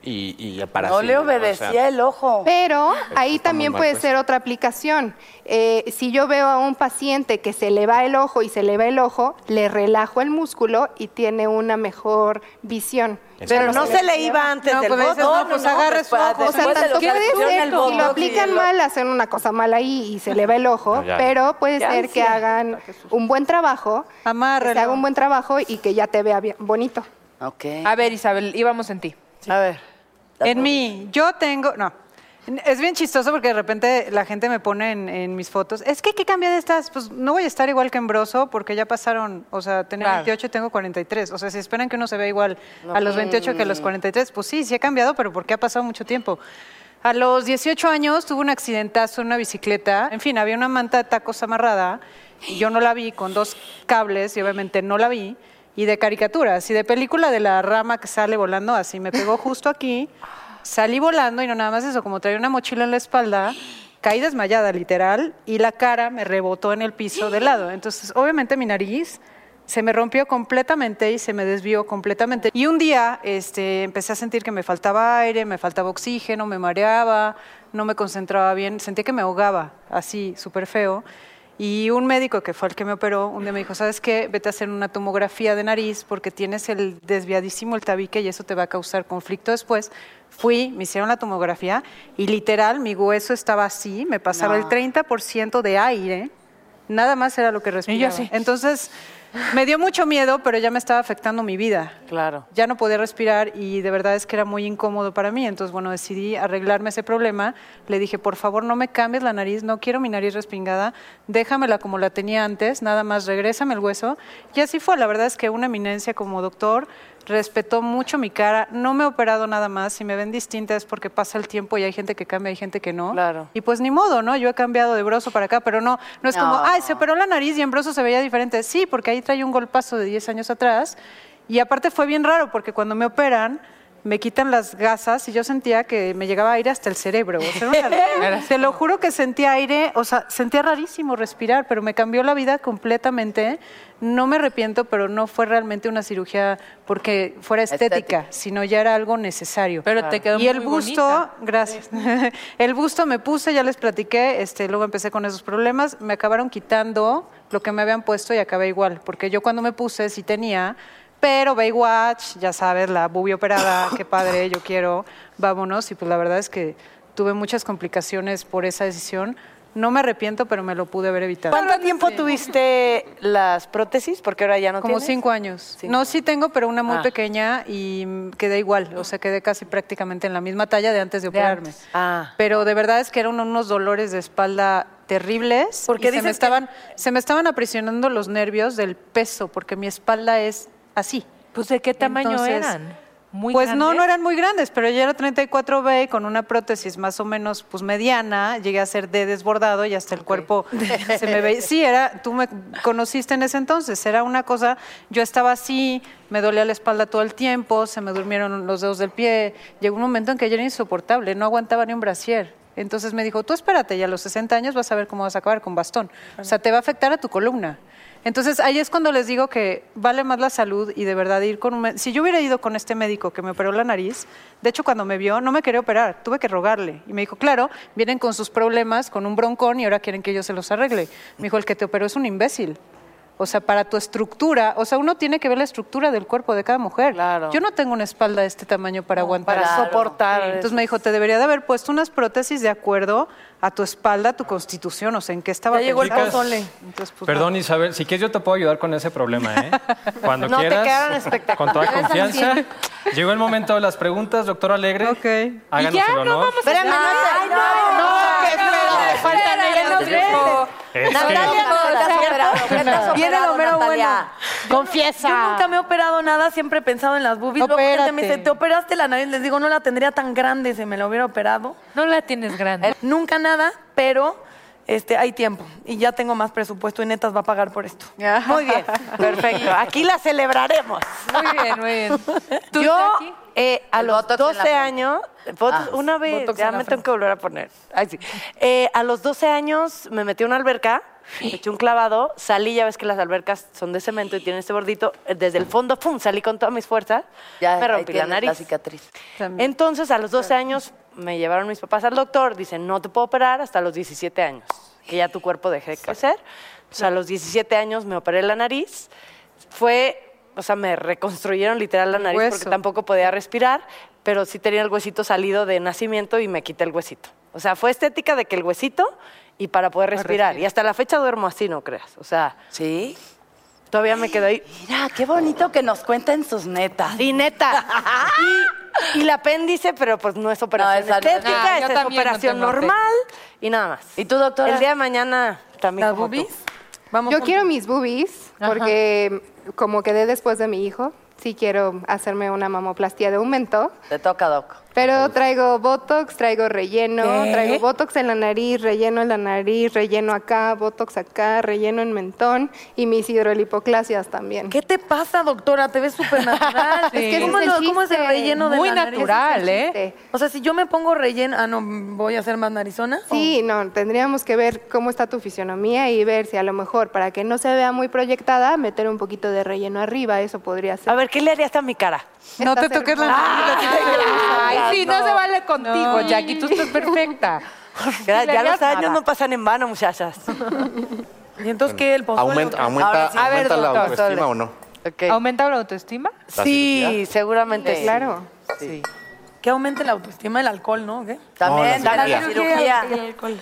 y, y para No así, le o sea, obedecía el ojo. Pero ahí también mal puede puesto. ser otra aplicación. Eh, si yo veo a un paciente que se le va el ojo y se le va el ojo, le relajo el músculo y tiene una mejor visión. Pero no se le iba antes del pues, botox. no, pues, agarre su ojo. O sea, después de tanto lo que puede pusieron ser el que si lo botox y aplican el- mal, hacen una cosa mala ahí y se le va el ojo, No, ya. pero puede Ya, ser sí. que hagan un buen trabajo, que se haga un buen trabajo y que ya te vea bien, bonito. Ok. A ver, Isabel, íbamos en ti. A ver. En mí, yo tengo, no. Es bien chistoso porque de repente la gente me pone en, en mis fotos, es que, ¿qué cambia de estas? Pues no voy a estar igual que en Broso porque ya pasaron, o sea, tenía Claro. 28 y tengo 43. O sea, si esperan que uno se vea igual a los 28 que a los 43, pues sí, sí he cambiado, pero porque ha pasado mucho tiempo. A los 18 años tuve un accidentazo en una bicicleta. En fin, había una manta de tacos amarrada y yo no la vi con dos cables y obviamente no la vi. Y de caricaturas y de película de la rama que sale volando así. Me pegó justo aquí. Salí volando y no nada más eso, como traía una mochila en la espalda, Caí desmayada, literal, y la cara me rebotó en el piso de lado. Entonces, obviamente mi nariz se me rompió completamente y se me desvió completamente. Y un día este, empecé a sentir que me faltaba aire, me faltaba oxígeno, me mareaba, no me concentraba bien, sentía que me ahogaba, así, súper feo. Y un médico que fue el que me operó, un día me dijo, ¿sabes qué? Vete a hacer una tomografía de nariz porque tienes el desviadísimo el tabique y eso te va a causar conflicto después. Fui, me hicieron la tomografía y literal mi hueso estaba así, me pasaba No. el 30% de aire, nada más era lo que respiraba. así. Entonces me dio mucho miedo, pero ya me estaba afectando mi vida. Claro. Ya no podía respirar y de verdad es que era muy incómodo para mí. Entonces, bueno, decidí arreglarme ese problema. Le dije, por favor, no me cambies la nariz, no quiero mi nariz respingada, déjamela como la tenía antes, nada más regrésame el hueso. Y así fue, la verdad es que una eminencia como doctor respetó mucho mi cara, no me he operado nada más, si me ven distinta es porque pasa el tiempo y hay gente que cambia, hay gente que no. Claro. Y pues ni modo, ¿no? Yo he cambiado de broso para acá, pero no, no es como, No. ay, se operó la nariz y en broso se veía diferente. Sí, porque ahí trae un golpazo de 10 años atrás. Y aparte fue bien raro porque cuando me operan me quitan las gasas y yo sentía que me llegaba aire hasta el cerebro. o sea, era una- Era- te lo juro que sentía aire, o sea, sentía rarísimo respirar, pero me cambió la vida completamente. No me arrepiento, pero no fue realmente una cirugía porque fuera estética, Estética. sino ya era algo necesario. Pero te quedó Y el muy busto, bonita. gracias. el busto me puse, ya les platiqué, este, luego empecé con esos problemas, me acabaron quitando lo que me habían puesto y acabé igual, porque yo cuando me puse sí tenía, pero Baywatch, ya sabes, la bubi operada, qué padre, yo quiero, vámonos, y pues la verdad es que tuve muchas complicaciones por esa decisión. No me arrepiento, pero me lo pude haber evitado. ¿Cuánto tiempo tuviste las prótesis? Porque ahora ya no Como tienes. cinco años. No, sí tengo, pero una muy Ah. pequeña y mm, quedé igual. O sea, quedé casi prácticamente en la misma talla de antes de operarme. Pero de verdad es que eran unos dolores de espalda terribles. Porque y se dices me que- estaban, se me estaban aprisionando los nervios del peso, porque mi espalda es así. Pues de qué tamaño eran? Muy pues no, grandes? no eran muy grandes, pero yo era 34B con una prótesis más o menos pues mediana, llegué a ser de desbordado y hasta el cuerpo se me veía. Sí, era, tú me conociste en ese entonces, era una cosa, yo estaba así, me dolía la espalda todo el tiempo, se me durmieron los dedos del pie, llegó un momento en que yo era insoportable, no aguantaba ni un brasier. Entonces me dijo, tú espérate, ya a los 60 años vas a ver cómo vas a acabar con bastón. O sea, te va a afectar a tu columna. Entonces, ahí es cuando les digo que vale más la salud y de verdad ir con un... mé- Si yo hubiera ido con este médico que me operó la nariz, de hecho cuando me vio no me quería operar, tuve que rogarle. Y me dijo, claro, vienen con sus problemas, con un broncón y ahora quieren que yo se los arregle. Me dijo, el que te operó es un imbécil. O sea, para tu estructura, o sea, uno tiene que ver la estructura del cuerpo de cada mujer. Yo no tengo una espalda de este tamaño para aguantar. para soportar Sí. Entonces esos- me dijo, te debería de haber puesto unas prótesis de acuerdo a tu espalda, a tu constitución, o sea, en qué estaba Ya llegó el pensada. pozole. Entonces, pues, Perdón, Isabel, si quieres yo te puedo ayudar con ese problema, ¿eh? Cuando No, te quieras, quedaron con toda espectaculares. confianza. Así. Llegó el momento de las preguntas, doctor Alegre. Ok. Háganos ya, el no honor. vamos a Espérame, Ay, no, no, no, que no, espera, no, faltan espera, ellas no tres. creo. Es Natalia, que- no, ¿Estás operado? ¿estás operado? ¿Estás operado, Viene lo mero Natalia? bueno. Confiesa. Yo nunca me he operado nada, siempre he pensado en las boobies. Luego gente me dice, ¿te operaste la nariz? Les digo, no la tendría tan grande si me la hubiera operado. Eh, No la tienes grande. Nunca nada, pero este, hay tiempo. Y ya tengo más presupuesto y netas va a pagar por esto. Muy bien, perfecto. Aquí la celebraremos. Muy bien, muy bien. Yo, eh, a los Botox en la 12 frente. años, botox- Ah, una vez, botox ya en la me tengo que volver a poner. Ay, sí. Eh, a los 12 años me metí a una alberca, me eché un clavado, salí, ya ves que las albercas son de cemento y tienen este bordito, eh, desde el fondo, ¡pum!, salí con todas mis fuerzas, Ya, me ahí rompí la tienes nariz. La cicatriz. Entonces, a los 12 años me llevaron mis papás al doctor. Dicen, no te puedo operar hasta los 17 años, que ya tu cuerpo deje de crecer. Entonces, a los 17 años me operé la nariz. Fue, o sea, me reconstruyeron literal la nariz porque hueso. tampoco podía respirar, pero sí tenía el huesito salido de nacimiento y me quité el huesito. O sea, fue estética de que el huesito y para poder respirar. Y hasta la fecha duermo así, no creas. O sea, sí. Todavía me quedo ahí. Mira, qué bonito que nos cuenten sus netas. Y neta. y, y la apéndice, pero pues no es Ah, operación esa no. estética, No, yo esa es también no operación tengo normal y nada más. ¿Y tú, doctora? El día de mañana también. como tú. Yo quiero mis boobies porque como quedé después de mi hijo, sí quiero hacerme una mamoplastía de aumento. Te toca, Doc. Pero traigo botox, traigo relleno, ¿Qué? traigo botox en la nariz, relleno en la nariz, relleno acá, botox acá, relleno en mentón y mis hidrolipoclasias también. ¿Qué te pasa, doctora? Te ves súper natural. Es que ese ¿Cómo, es el lo- cómo es el chiste. relleno de Muy la nariz? natural, Ese es el ¿eh? chiste. O sea, si yo me pongo relleno, ah, no, voy a ser más narizona. Sí, no, tendríamos que ver cómo está tu fisionomía y ver si a lo mejor para que no se vea muy proyectada, meter un poquito de relleno arriba, eso podría ser. A ver, ¿qué le harías a mi cara? No te toques la Ay, sí, no, se vale contigo, Ah, No. Jackie. Tú estás perfecta. Ya, le ya los harías años nada. no pasan en vano, muchachas. ¿Y entonces qué? ¿El pozole Aumenta- o qué? aumenta- aumenta la autoestima o no? ¿Aumenta la autoestima? ¿La Sí, cirugía? seguramente sí. Claro. Sí. Que aumente la autoestima el alcohol, ¿no? ¿Qué? También, No, la la cirugía. cirugía. El alcohol.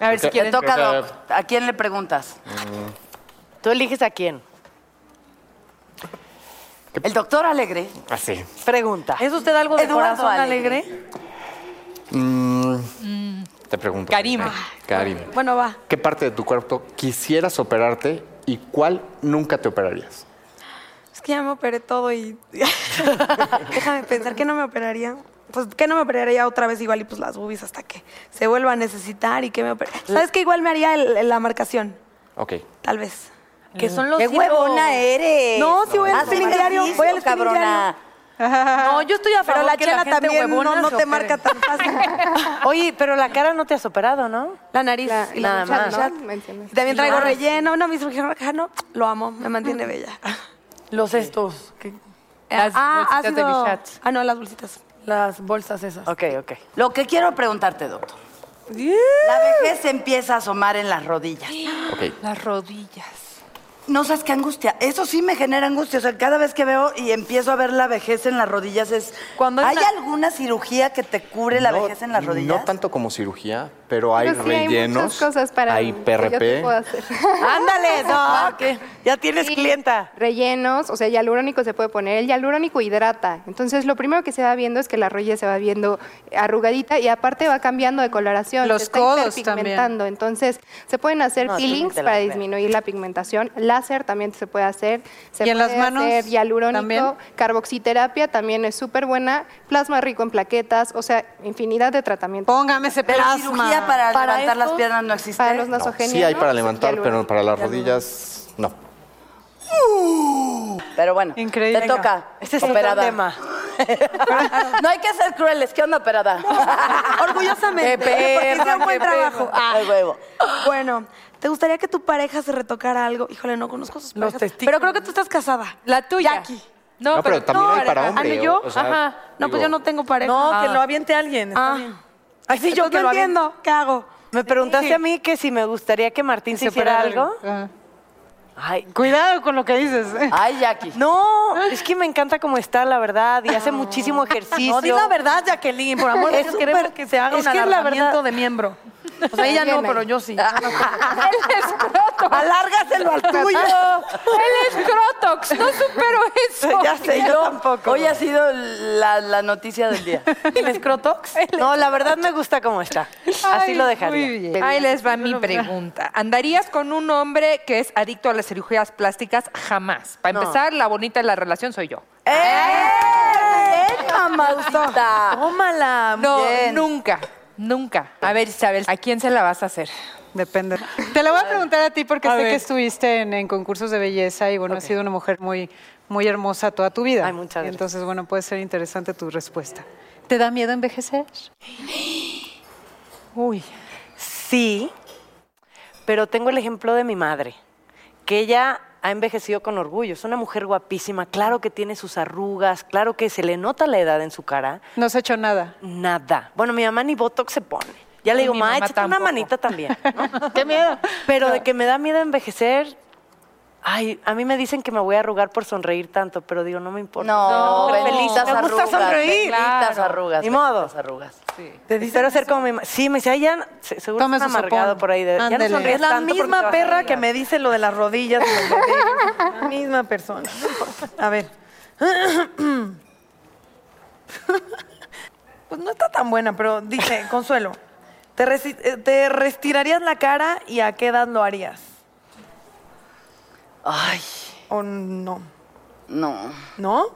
A ver si Te quieren- toca, Creo que- Doc. ¿A quién le preguntas? ¿Tú eliges a quién? El doctor Alegre Así. pregunta. ¿Es usted algo de Eduardo corazón Alegre. alegre? Mm, Te pregunto. Karim. Karim. Bueno, va. ¿Qué parte de tu cuerpo quisieras operarte y cuál nunca te operarías? Es que ya me operé todo y. Déjame pensar, ¿qué no me operaría? Pues, ¿qué no me operaría otra vez igual y pues las boobies hasta que se vuelva a necesitar y que me operaría? ¿Sabes que Igual me haría el- la marcación, Ok. tal vez. Que son los ¡Qué hijos. huevona eres! No, sí voy al Haz spinning diario, ejercicio, voy al spinning cabrona. No, yo estoy a Pero favor la que la chela gente también no, huevona no se te opere. marca tan fácil. Oye, pero la cara no te has operado, ¿no? La nariz La- y la nada más. muchacha. No, Y Mm. también Y lo Ah, traigo amas. relleno. No, mis acá no, lo amo, me mantiene bella. Los estos. que- Las Ah, bolsitas de ácido- Bichat. Ah, no, las bolsitas. Las bolsas esas. Ok, ok. Lo que quiero preguntarte, doctor. La vejez se empieza a asomar en las rodillas. Las rodillas. No sabes qué angustia. Eso sí me genera angustia. O sea, cada vez que veo y empiezo a ver la vejez en las rodillas es. Cuando ¿Hay alguna cirugía que te cure la No- vejez en las rodillas? No tanto como cirugía, pero hay Pero sí hay rellenos. muchas cosas para hay que yo te PRP. puedo hacer. Ah, Ándale, no, que ya tienes Sí, clienta. Rellenos, o sea, hialurónico se puede poner. El hialurónico hidrata. Entonces, lo primero que se va viendo es que la rodilla se va viendo arrugadita y aparte va cambiando de coloración. Los se está codos hiperpigmentando. Entonces, se pueden hacer No, sí, peelings te las para veo. disminuir la pigmentación. Láser también se puede hacer. Se ¿Y en las puede manos hacer hialurónico. también? Carboxiterapia también es súper buena. Plasma rico en plaquetas. O sea, infinidad de tratamientos. Póngame ese Pero plasma. cirugía para levantar las piernas no existe. Para los No, nasogenianos. sí hay para levantar, hialurónico. pero para las rodillas no. Pero bueno, Increíble. te toca. Ese es operada. otro tema. no hay que ser crueles. ¿Qué onda, operada? Orgullosamente. Qué perra, porque hice un buen qué perra. trabajo. Ah. Ay, huevo. Bueno, ¿te gustaría que tu pareja se retocara algo? Híjole, no conozco sus Los parejas. testículos. Pero creo que tú estás casada. La tuya. Jackie. No, pero pero también tú hay eres- para Ah, hombre, ¿no, yo? o- o sea, Ajá. No, pues digo- yo no tengo pareja. No, que Ah. lo aviente alguien. está Ah. bien. Ay, sí, yo Entonces que no lo aviente. entiendo. ¿Qué hago? Me preguntaste a mí que si me gustaría que Martín se hiciera algo. Ay, Cuidado con lo que dices. Ay, Jackie. No, es que me encanta cómo está, la verdad, y hace muchísimo ejercicio. No, di la verdad, Jacqueline, por amor de Es Dios, queremos súper- que se haga es un que es la alargamiento verdad. de miembro. O sea, ella no, Viene. pero yo sí. Alárgaselo al tuyo. Él es Crotox. No supero eso. Ya sé, yo tampoco. Hoy ha sido la, la noticia del día. ¿El escrotox? No, la verdad me gusta cómo está. Así lo dejaría. Ahí les va mi pregunta. ¿Andarías con un hombre que es adicto a las cirugías plásticas? Jamás. Para No. empezar, la bonita de la relación soy yo. ¡Eh, mamadita! Tómala. No, bien. nunca, nunca. A ver, Isabel, ¿a quién se la vas a hacer? Depende. Te la voy a preguntar a ti porque A sé ver. que estuviste en, en concursos de belleza y bueno, has sido una mujer muy, muy hermosa toda tu vida. Ay, muchas gracias. Entonces, bueno, puede ser interesante tu respuesta. ¿Te da miedo envejecer? Uy. Sí, pero tengo el ejemplo de mi madre, que ella ha envejecido con orgullo. Es una mujer guapísima, claro que tiene sus arrugas, claro que se le nota la edad en su cara. No has hecho nada. Nada. Bueno, mi mamá ni botox se pone. Ya Y le digo, mi ma, mamá échate una tampoco". manita también. ¡Qué miedo! Pero de que me da miedo envejecer. Ay, a mí me dicen que me voy a arrugar por sonreír tanto, pero digo, no me importa. No, Soy benditas Me gusta arrugas, sonreír. benditas arrugas, Ni modo. benditas arrugas. Te Espero ser como mi mamá. Sí, me dice, ay, ya, se- seguro Tome está su sopón. amargado por ahí. de- ya no Ándele. sonríes Es la tanto porque te misma vas a perra arrugar. que me dice lo de las rodillas. y los bebés. La misma persona. No importa. A ver. Pues no está tan buena, pero dice, Consuelo, ¿te, resi- eh, te restirarías la cara y a qué edad lo harías? Ay, ¿O no? No. ¿No?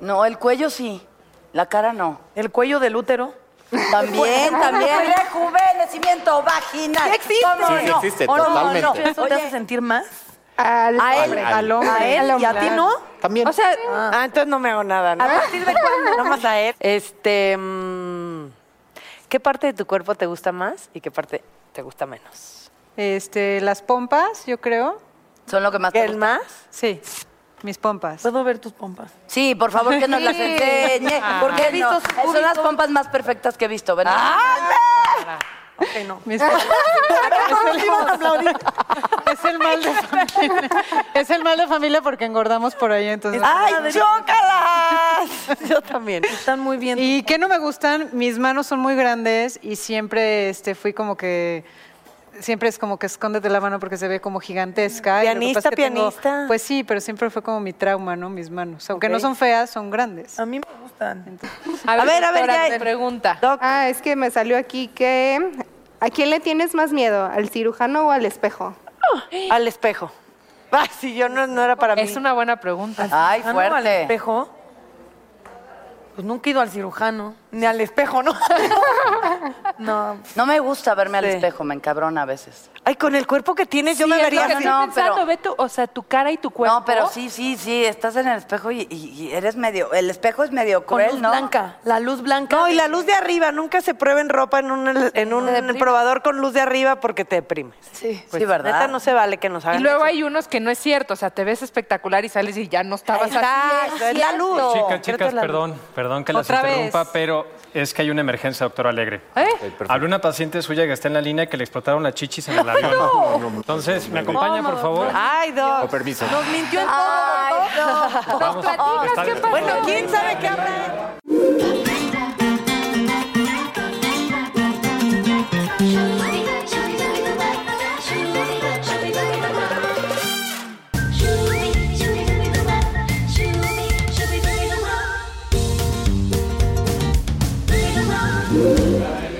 No, el cuello sí, la cara no. ¿El cuello del útero? También, también. Rejuvenecimiento vaginal. ¿Qué existe? ¿Cómo Sí, no? existe, ¿Cómo no? totalmente. ¿Eso te hace sentir más? Al a él, al hombre. A él y a ti no. También. O sea, ah, entonces no me hago nada. ¿no? ¿A partir de cuándo? Nada más a él. Este, mm, ¿qué parte de tu cuerpo te gusta más y qué parte te gusta menos? Este, las pompas, yo creo. ¿Son lo que más te ¿El gusta? más? Sí, mis pompas. ¿Puedo ver tus pompas? Sí, por favor, que nos las Sí. enseñe. Ah. Porque he He visto visto su Son las público. pompas más perfectas que he visto, ¿verdad? Ok, no. Mis pompas. Es el- Es el mal de familia. Es el mal de familia porque engordamos por ahí, entonces. ¡Ay, chócalas! Yo también. Están muy bien. ¿Y qué no me gustan? Mis manos son muy grandes y siempre este, fui como que... Siempre es como que escóndete la mano porque se ve como gigantesca. y lo que Pianista, pasa es que tengo- pianista. pues sí, pero siempre fue como mi trauma, ¿no? Mis manos. Aunque no Ok. son feas, son grandes. A mí me gustan. A ver, a ver, doctora, ya. te pregunta. Ah, es que me salió aquí que... ¿A quién le tienes más miedo? ¿Al cirujano o al espejo? Al espejo. Ah, Ay, si yo no, no era para mí. Es una buena pregunta. Ay, Ah, no, ¿Al fuerte. espejo? Pues nunca he ido al cirujano. Ni al espejo, ¿no? no. No me gusta verme al Sí. espejo, me encabrona a veces. Ay, con el cuerpo que tienes, yo Sí, me es lo vería. que estoy no, pensando, pero- ve tu, o sea, tu cara y tu cuerpo. No, pero sí, sí, sí, estás en el espejo y, y- y eres medio, el espejo es medio Con cruel, luz ¿no? blanca. La luz blanca. No, y la luz de arriba. Nunca se prueben ropa en un, en un Te deprime. probador con luz de arriba porque te deprimes. Sí, Pues, sí, ¿verdad? Neta, no se vale que nos hagan Y luego eso. hay unos que no es cierto, o sea, te ves espectacular y sales y ya no estabas así. Exacto, es la luz. Chicas, Creo que es chicas, la luz. perdón, perdón que las Otra vez. interrumpa, pero es que hay una emergencia, doctor Alegre. ¿Eh? Habló una paciente suya que está en la línea que le explotaron las chichis en el avión. Entonces, ¿me acompaña, por favor? Ay, Doc. Con permiso. Nos mintió en todo. Vamos, está- Bueno, ¿quién sabe qué habrá?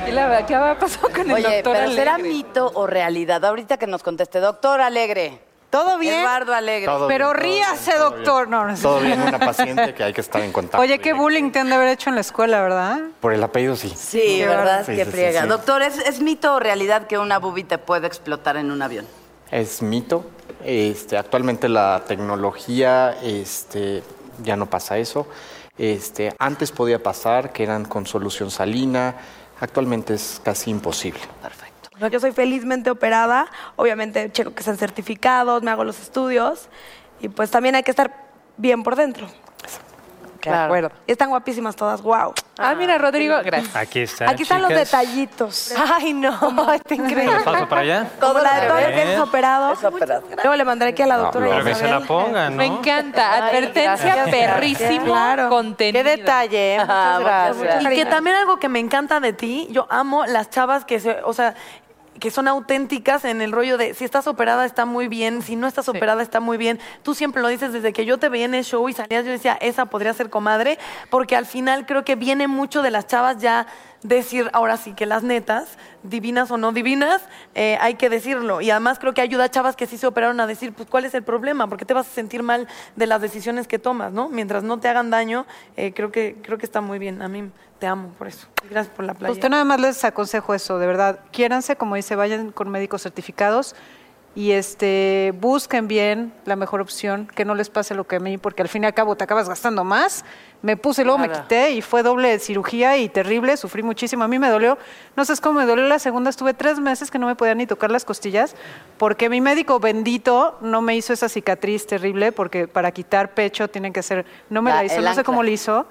Y la verdad, ¿qué había pasado con el Oye, doctor pero ¿será Alegre? mito o realidad? Ahorita que nos conteste, doctor Alegre. ¿Todo Eduardo Alegre. Todo Pero bien, todo ríase, bien, todo doctor. bien. No, no es- Todo bien, una paciente que hay que estar en contacto. Oye, qué directo. bullying te han de haber hecho en la escuela, ¿verdad? Por el apellido, sí. Sí, ¿verdad? Sí, Qué sí, sí, friega. sí. Doctor, ¿es, es mito o realidad que una bubi te puede explotar en un avión? Es mito. Este, actualmente la tecnología, este, ya no pasa eso. Este, antes podía pasar, que eran con solución salina. Actualmente es casi imposible. Perfecto. No, Yo soy felizmente operada, obviamente checo que sean certificados, me hago los estudios y pues también hay que estar bien por dentro. De acuerdo. Y están guapísimas todas, wow. Ah, mira, Rodrigo, gracias. Aquí están, Aquí están los chicas. detallitos. Ay, no, está increíble. Les paso para allá. Como la de todo el que es Bien. operado. Es operado. Luego le mandaré aquí a la doctora. Pero que se la Isabel. pongan, ¿no? Me encanta. Advertencia perrísimo Claro. contenido. Qué detalle, ¿eh? muchas Ah, muchas gracias. gracias. Y que también algo que me encanta de ti, yo amo las chavas que se, o sea, que son auténticas en el rollo de si estás operada está muy bien, si no estás operada está muy bien. Tú siempre lo dices desde que yo te veía en el show y salías, yo decía, esa podría ser comadre, porque al final creo que viene mucho de las chavas ya decir, ahora sí que las netas, divinas o no divinas, eh, hay que decirlo. Y además creo que ayuda a chavas que sí se operaron a decir, pues, ¿cuál es el problema? Porque te vas a sentir mal de las decisiones que tomas, ¿no? Mientras no te hagan daño, eh, creo, que, creo que está muy bien. A mí te amo por eso. Y Gracias por la playa. Usted Pues nada más les aconsejo eso, de verdad. Quiéranse, como dice, vayan con médicos certificados y este busquen bien la mejor opción, que no les pase lo que a mí, porque al fin y al cabo te acabas gastando más. Me puse, luego me Claro. quité y fue doble cirugía y terrible, sufrí muchísimo. A mí me dolió, no sabes cómo me dolió la segunda, estuve tres meses que no me podía ni tocar las costillas, porque mi médico bendito no me hizo esa cicatriz terrible, porque para quitar pecho tienen que hacer, no me La- la hizo, el no sé cómo ancla. le hizo.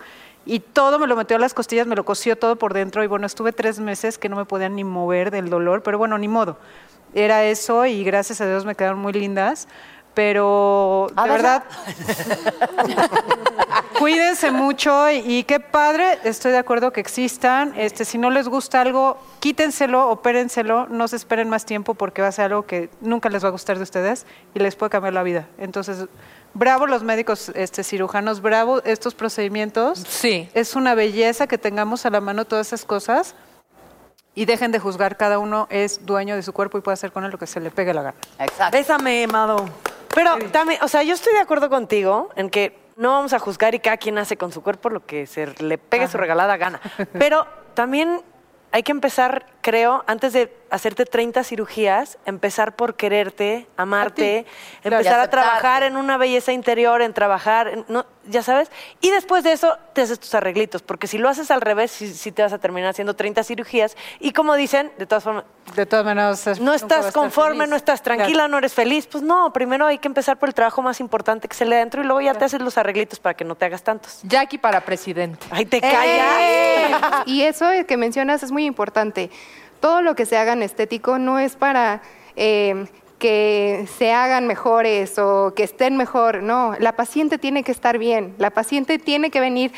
Y todo me lo metió a las costillas, me lo cosió todo por dentro. Y bueno, estuve tres meses que no me podían ni mover del dolor, pero bueno, ni modo. Era eso y gracias a Dios me quedaron muy lindas. Pero Ah, de ¿verdad? verdad, cuídense mucho y, y qué padre, estoy de acuerdo que existan. Este, si no les gusta algo, quítenselo, opérenselo, no se esperen más tiempo porque va a ser algo que nunca les va a gustar de ustedes y les puede cambiar la vida. Entonces, bravo los médicos este, cirujanos, bravo estos procedimientos. Sí. Es una belleza que tengamos a la mano todas esas cosas y dejen de juzgar, cada uno es dueño de su cuerpo y puede hacer con él lo que se le pegue la gana. Exacto. Bésame, Mado. Pero también, o sea, yo estoy de acuerdo contigo en que no vamos a juzgar y cada quien hace con su cuerpo lo que se le pegue su regalada gana. Pero también hay que empezar, creo, antes de hacerte 30 cirugías, empezar por quererte, amarte, Claro, y empezar a aceptarte. trabajar en una belleza interior, en trabajar, en- no, ya sabes. Y después de eso, te haces tus arreglitos, porque si lo haces al revés, sí, sí te vas a terminar haciendo 30 cirugías. Y como dicen, de todas formas, De todas maneras, no estás conforme, no estás tranquila, no eres feliz. Pues no, primero hay que empezar por el trabajo más importante que se le da dentro y luego ya te haces los arreglitos para que no te hagas tantos. Jackie para presidente. Ay, te callas. Y eso que mencionas es muy importante. Todo lo que se haga en estético no es para eh, que se hagan mejores o que estén mejor. No, la paciente tiene que estar bien. La paciente tiene que venir,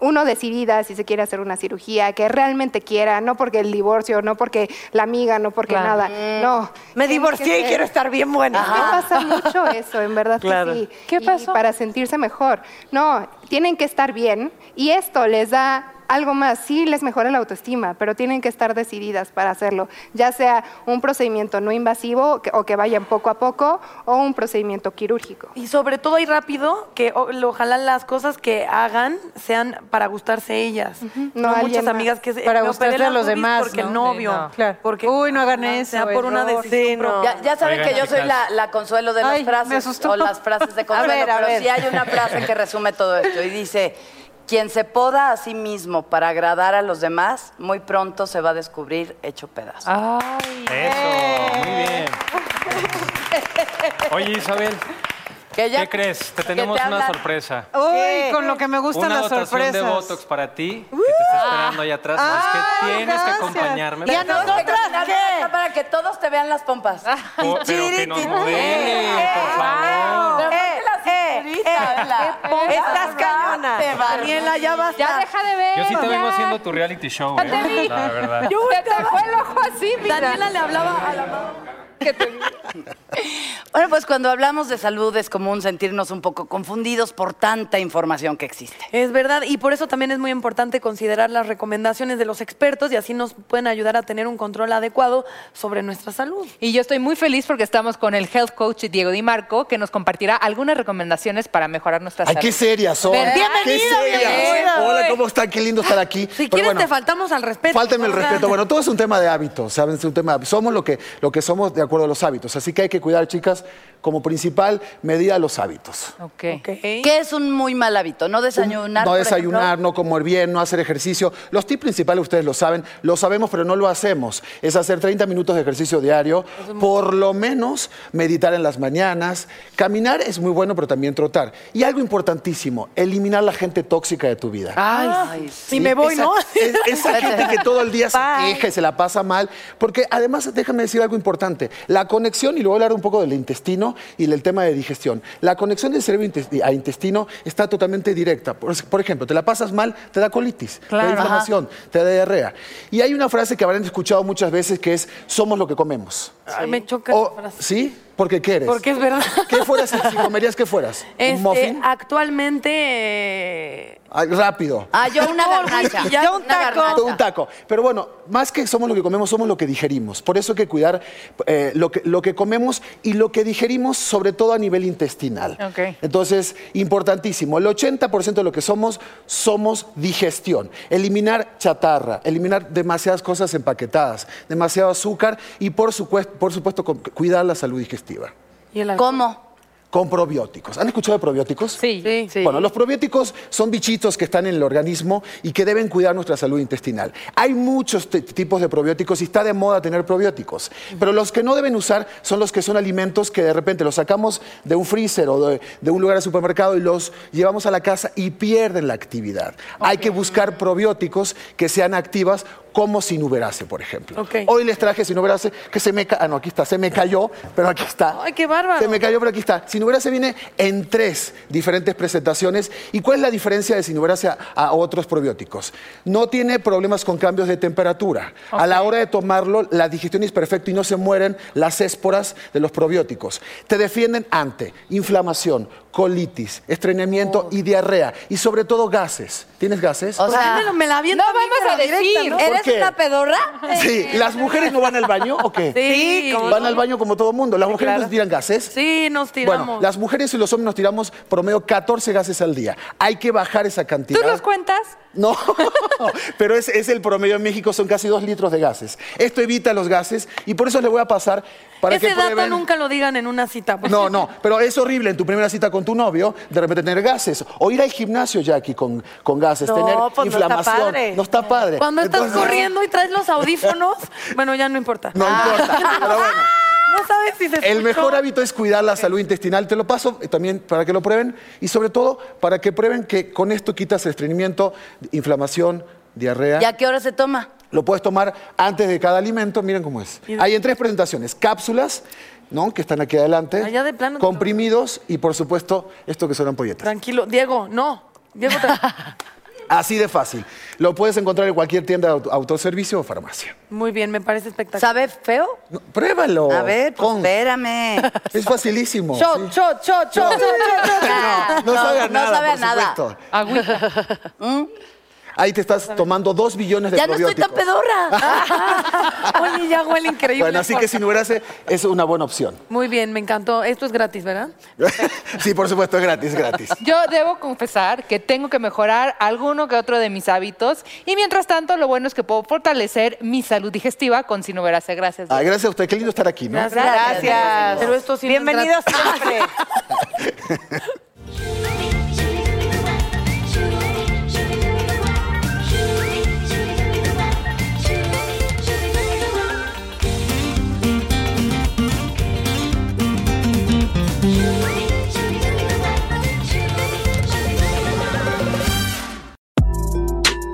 uno decidida si se quiere hacer una cirugía, que realmente quiera, no porque el divorcio, no porque la amiga, no porque Claro. nada. No. Me Tiene divorcié que y ser- quiero estar bien buena. Es que pasa mucho eso, en verdad Claro. que sí. ¿Qué pasó? para sentirse mejor. No, tienen que estar bien y esto les da algo más. Sí, les mejora la autoestima, pero tienen que estar decididas para hacerlo. Ya sea un procedimiento no invasivo que- o que vayan poco a poco o un procedimiento quirúrgico. Y sobre todo y rápido, que o- lo- ojalá las cosas que hagan sean para gustarse ellas. no No, alguien muchas más. amigas que se- Para me operé gustarle a las los boobies demás, Porque el ¿no? novio. Sí, no. Claro. Porque, Uy, no hagan o sea, eso, por es una horror. decisión Sí, no. propia. Ya, ya saben Oigan, que yo soy chicas. la, la consuelo de las Ay, me frases asustó. o las frases de consuelo, A ver, a pero ver. sí hay una frase que resume todo esto y dice, quien se poda a sí mismo para agradar a los demás, muy pronto se va a descubrir hecho pedazos. Eso, muy bien. Oye, Isabel, ¿qué, crees? Te que tenemos te una hablan- sorpresa. Uy, con lo que me gustan una las dotación sorpresas. de Botox para ti, que te está esperando allá atrás. No, es que Ah, Ay, tienes gracias. que acompañarme. ¿Y a por favor. nosotras qué? Ah, Para que todos te vean las pompas. Oh, pero que nos modele, por favor. Eh, Estás cañona. Ah, Daniela, ya basta. Ya deja de ver. Yo sí te vengo Ya. haciendo tu reality show, Ya te ¿eh? vi. La verdad. Se te fue el ojo así, mira. Daniela le hablaba a la mamá. Bueno, pues cuando hablamos de salud es común sentirnos un poco confundidos por tanta información que existe. Es verdad, y por eso también es muy importante considerar las recomendaciones de los expertos y así nos pueden ayudar a tener un control adecuado sobre nuestra salud. Y yo estoy muy feliz porque estamos con el health coach Diego Di Marco, que nos compartirá algunas recomendaciones para mejorar nuestra Ay, salud. qué serias son. ¿Verdad? qué Bienvenido, serias. bienvenido. Hola, ¿cómo están? Qué lindo estar aquí. Si quieres, te faltamos al respeto. Fáltame el O sea, respeto. Bueno, todo es un tema de hábitos, ¿saben? Es un tema de hábitos. Somos lo que, lo que somos de acuerdo a los hábitos. Así que hay que cuidar, chicas, como principal medida los hábitos. ¿Qué es un muy mal hábito? No desayunar. No por desayunar, no comer bien, no hacer ejercicio. Los tips principales ustedes lo saben, lo sabemos, pero no lo hacemos. Es hacer 30 minutos de ejercicio diario, por lo menos meditar en las mañanas. Caminar es muy bueno, pero también trotar. Y algo importantísimo, eliminar la gente tóxica de tu vida. Ay, Sí, Ah, y me voy, esa- ¿no? es- esa gente que todo el día se queja y se la pasa mal. Porque además, déjame decir algo importante. La conexión, y luego hablar un poco del intestino y del tema de digestión. La conexión del cerebro intes- a intestino está totalmente directa. Por, por ejemplo, te la pasas mal, te da colitis, te Claro. da inflamación, te da diarrea. Y hay una frase que habrán escuchado muchas veces que es, somos lo que comemos. Ay, Me choca. O, ¿Sí? Porque quieres. Porque es verdad. ¿Qué fueras si comerías qué fueras? Este, ¿Un muffin? actualmente. eh, Ay, rápido. Ah, yo una garnacha. Ya un taco. Todo un taco. Pero bueno, más que somos lo que comemos, somos lo que digerimos. Por eso hay que cuidar eh, lo, que, lo que comemos y lo que digerimos, sobre todo a nivel intestinal. Ok. Entonces, importantísimo, el 80% de lo que somos, somos digestión. Eliminar chatarra, eliminar demasiadas cosas empaquetadas, demasiado azúcar y, por supuesto, por supuesto con- cuidar la salud digestiva. ¿Cómo? Con probióticos. ¿Han escuchado de probióticos? Sí. Bueno, los probióticos son bichitos que están en el organismo y que deben cuidar nuestra salud intestinal. Hay muchos t- tipos de probióticos y está de moda tener probióticos, pero los que no deben usar son los que son alimentos que de repente los sacamos de un freezer o de, de un lugar de supermercado y los llevamos a la casa y pierden la actividad. Hay que buscar probióticos que sean activas como sinuberase, por ejemplo. Hoy les traje sinuberase que se me... ca- Ah, no, aquí está, se me cayó, pero aquí está. Ay, qué bárbaro. Se me cayó, pero aquí está. Sinuberase viene en tres diferentes presentaciones. ¿Y cuál es la diferencia de Sinuberase a, a otros probióticos? No tiene problemas con cambios de temperatura. A la hora de tomarlo, la digestión es perfecta y no se mueren las esporas de los probióticos. Te defienden ante inflamación, colitis, estreñimiento y diarrea. Y sobre todo gases. ¿Tienes gases? Pues O sea, avienta no vamos a directa, decir. ¿no? ¿Eres ¿Por qué? una pedorra? Sí, ¿las mujeres no van al baño o qué? Sí, Sí, cómo van no. al baño como todo mundo. ¿Las mujeres no tiran gases? Sí, nos tiramos. sea, las mujeres y los hombres nos tiramos promedio 14 gases al día. Hay que bajar esa cantidad. ¿Tú los cuentas? No, pero es, es el promedio en México, son casi dos litros de gases. Esto evita los gases y por eso les voy a pasar para Ese que dato prueben- nunca lo digan en una cita. por No, favor. no, pero es horrible en tu primera cita con tu novio de repente tener gases o ir al gimnasio, Jackie, con, con gases, No, tener pues no está inflamación. padre. No está padre. Cuando estás Entonces- corriendo y traes los audífonos, bueno, ya no importa. Ah. No importa, pero bueno. No sabes si se El escuchó. mejor hábito es cuidar la salud intestinal. Te lo paso eh, también para que lo prueben y sobre todo para que prueben que con esto quitas estreñimiento, inflamación, diarrea. ¿Y a qué hora se toma? Lo puedes tomar antes de cada alimento, miren cómo es. Hay en tres presentaciones, cápsulas, ¿no? que están aquí adelante, Allá de plano te comprimidos y por supuesto esto que son ampolletas. Tranquilo, Diego, no. Diego, tra- Así de fácil. Lo puedes encontrar en cualquier tienda de auto- autoservicio o farmacia. muy bien, me parece espectacular. ¿Sabe feo? Pruébalo. A ver, pues, espérame. Es facilísimo. sí. Shot, shot, shot, shot, shot, shot, shot. No, sabe a no nada, sabe a por nada. supuesto. Ahí te estás tomando dos billones de Ya no estoy probióticos. tan pedorra. Oye, ya huele increíble. Bueno, así que si no hubieras, es una buena opción. Muy bien, me encantó. Esto es gratis, ¿verdad? Sí, por supuesto, es gratis, es gratis. Yo debo confesar que tengo que mejorar alguno que otro de mis hábitos y mientras tanto lo bueno es que puedo fortalecer mi salud digestiva con sinoverase. Gracias. Ah, gracias a usted, qué lindo estar aquí, ¿no? Gracias. Pero esto sí no es Bienvenidos gratis. siempre.